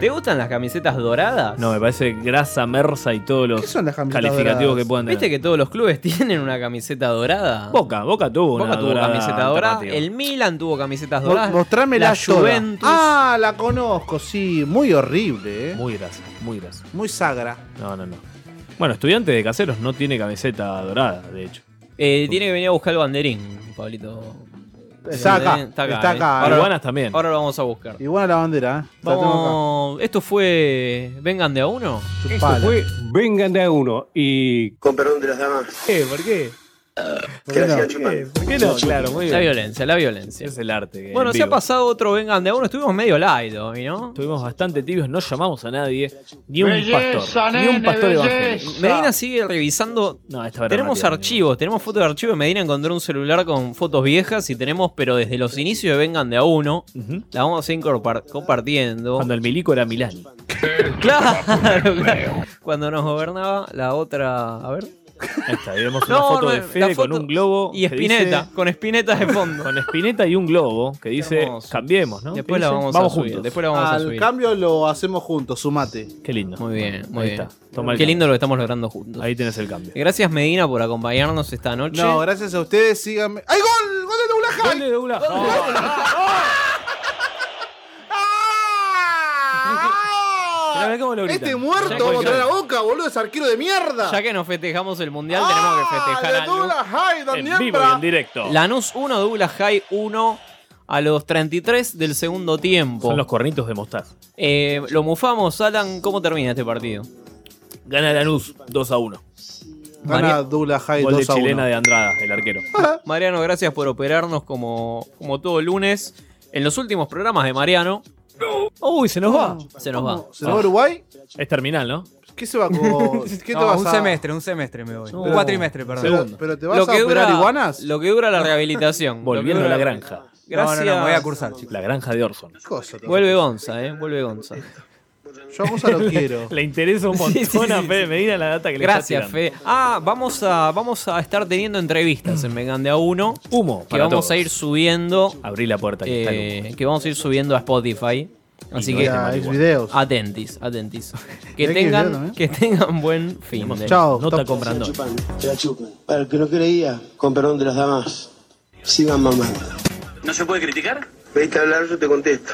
S9: ¿Te gustan las camisetas doradas?
S10: No, me parece grasa, mersa y todos los
S9: son las camisetas
S10: calificativos
S9: doradas?
S10: que puedan tener.
S9: ¿Viste que todos los clubes tienen una camiseta dorada?
S10: Boca, Boca tuvo una
S9: Boca tuvo
S10: dorada
S9: camiseta dorada.
S10: alternativa.
S9: El Milan tuvo camisetas
S8: Mo-
S9: doradas.
S8: Mostrame la, Yoda.
S9: Juventus.
S8: Ah, la conozco, sí. Muy horrible, ¿eh?
S10: Muy grasa, muy grasa.
S8: Muy sagra.
S10: No, no, no. Bueno, estudiante de caseros no tiene camiseta dorada, de hecho.
S9: Eh, tiene que venir a buscar el banderín, Pablito.
S8: Está
S9: El
S8: acá,
S9: banderín
S8: está
S9: ¿eh?
S8: acá.
S9: Ahora-
S8: Iguanas
S10: también.
S9: Ahora lo vamos a buscar.
S8: Igual a la bandera, ¿eh? La tengo acá.
S9: Vamos, esto fue. Vengan de a uno.
S3: Esto fue Vengan de a uno y.
S9: Con perdón de las damas.
S10: ¿Qué? ¿Por qué?
S3: Que la sigan
S9: Eh,
S3: chupando.
S10: ¿Por qué no? Claro, muy bien.
S9: La violencia, la violencia.
S10: Es el arte. que-
S9: Bueno,
S10: en
S9: se ha
S10: vivo.
S9: pasado otro Vengan de a uno. Estuvimos medio light hoy, ¿no?
S10: Estuvimos bastante tibios, no llamamos a nadie. Ni un
S9: Belleza,
S10: pastor. ni
S9: nene,
S10: un pastor
S9: belleza.
S10: evangélico.
S9: Medina sigue revisando.
S10: No, esta vez
S9: Tenemos
S10: Matías,
S9: archivos, tenemos fotos de archivo. Medina encontró un celular con fotos viejas y tenemos, pero desde los inicios de Vengan de a uno, la vamos a ir compar- compartiendo. Cuando
S10: el milico era Milani.
S9: claro, claro. Cuando nos gobernaba la otra. A ver.
S10: Ahí está, ahí vemos
S9: No,
S10: una foto
S9: no,
S10: de
S9: la
S10: Fede
S9: foto-
S10: con un globo.
S9: y
S10: que
S9: Spinetta,
S10: dice-
S9: con Spinetta de fondo.
S10: Con Spinetta y un globo que dice, cambiemos, ¿no?
S9: Después
S10: Que
S9: la
S10: dice,
S9: vamos a subir,
S10: juntos.
S9: después la vamos a
S8: Al
S9: subir.
S8: cambio lo hacemos juntos, sumate.
S10: Qué lindo.
S9: Muy bien, muy
S10: Ahí
S9: bien.
S10: está, toma el
S9: Qué
S10: cambio.
S9: lindo lo que estamos logrando juntos.
S10: Ahí tenés el cambio.
S9: Gracias Medina por acompañarnos esta noche.
S8: No, gracias a ustedes, síganme. ¡Ay, gol! ¡Gol de Douglas High!
S10: ¡Gol de Douglas
S9: Pero ve cómo lo gritan.
S8: Ah, Este
S9: Ya
S8: muerto, vamos a
S9: cualquiera.
S8: traer la boca, boludo, es arquero de mierda.
S9: Ya que nos festejamos el mundial, tenemos que festejar
S8: Ah, de
S9: algo.
S8: Douglas High, Daniel Bra-
S10: directo.
S9: Lanús 1, Douglas High 1 a los 33 del segundo tiempo.
S10: Son los cornitos de mostaza.
S9: Eh, lo mufamos, Alan. ¿Cómo termina este partido?
S10: Gana Lanús 2 a 1.
S8: Gana Douglas High
S10: Gol de
S8: 2 a 1.
S10: chilena de Andrada, el arquero.
S9: Mariano, gracias por operarnos como, como todo lunes. En los últimos programas de Mariano.
S10: Uy, se nos va.
S9: Se nos va.
S8: ¿Se nos va Uruguay?
S10: Es terminal, ¿no?
S8: ¿Qué se va con.? ¿Qué
S1: No,
S8: te vas
S1: un
S8: a-
S1: semestre, un semestre me voy. un cuatrimestre, perdón.
S8: Pero, pero te vas a operar iguanas.
S9: Lo que dura la rehabilitación.
S10: Volviendo
S9: Lo que
S10: a la
S9: dura-
S10: granja.
S9: Gracias.
S1: No, no, no, me voy a cursar, chicos.
S10: La granja de Orson.
S8: Cosa, te-
S9: Vuelve Gonza, ¿eh? Vuelve Gonza.
S8: Yo a Gonza lo quiero.
S10: Le interesa un montón
S9: Sí, sí, sí,
S10: a
S9: sí.
S10: Fede Medina la data que le
S9: Gracias,
S10: está tirando.
S9: Fede. Ah, vamos a, vamos a estar teniendo entrevistas en Vengan de a uno.
S10: Humo.
S9: Que
S10: para
S9: vamos
S10: todos.
S9: a ir subiendo.
S10: Abrí la puerta. que está el
S9: eh, que vamos a ir subiendo a Spotify. Así
S10: no
S9: que
S10: es tema
S8: igual. videos.
S9: atentis, atentis. Que
S8: Hay que verlo,
S9: tengan,
S8: ¿eh?
S9: que tengan buen fin. de-
S8: Chao.
S10: Nota
S8: Top.
S10: con Brandon.
S12: Te la chupan. Para el que no creía, con perdón de las damas, sigan mamando.
S13: ¿No se puede criticar?
S12: Pediste hablar, yo te contesto.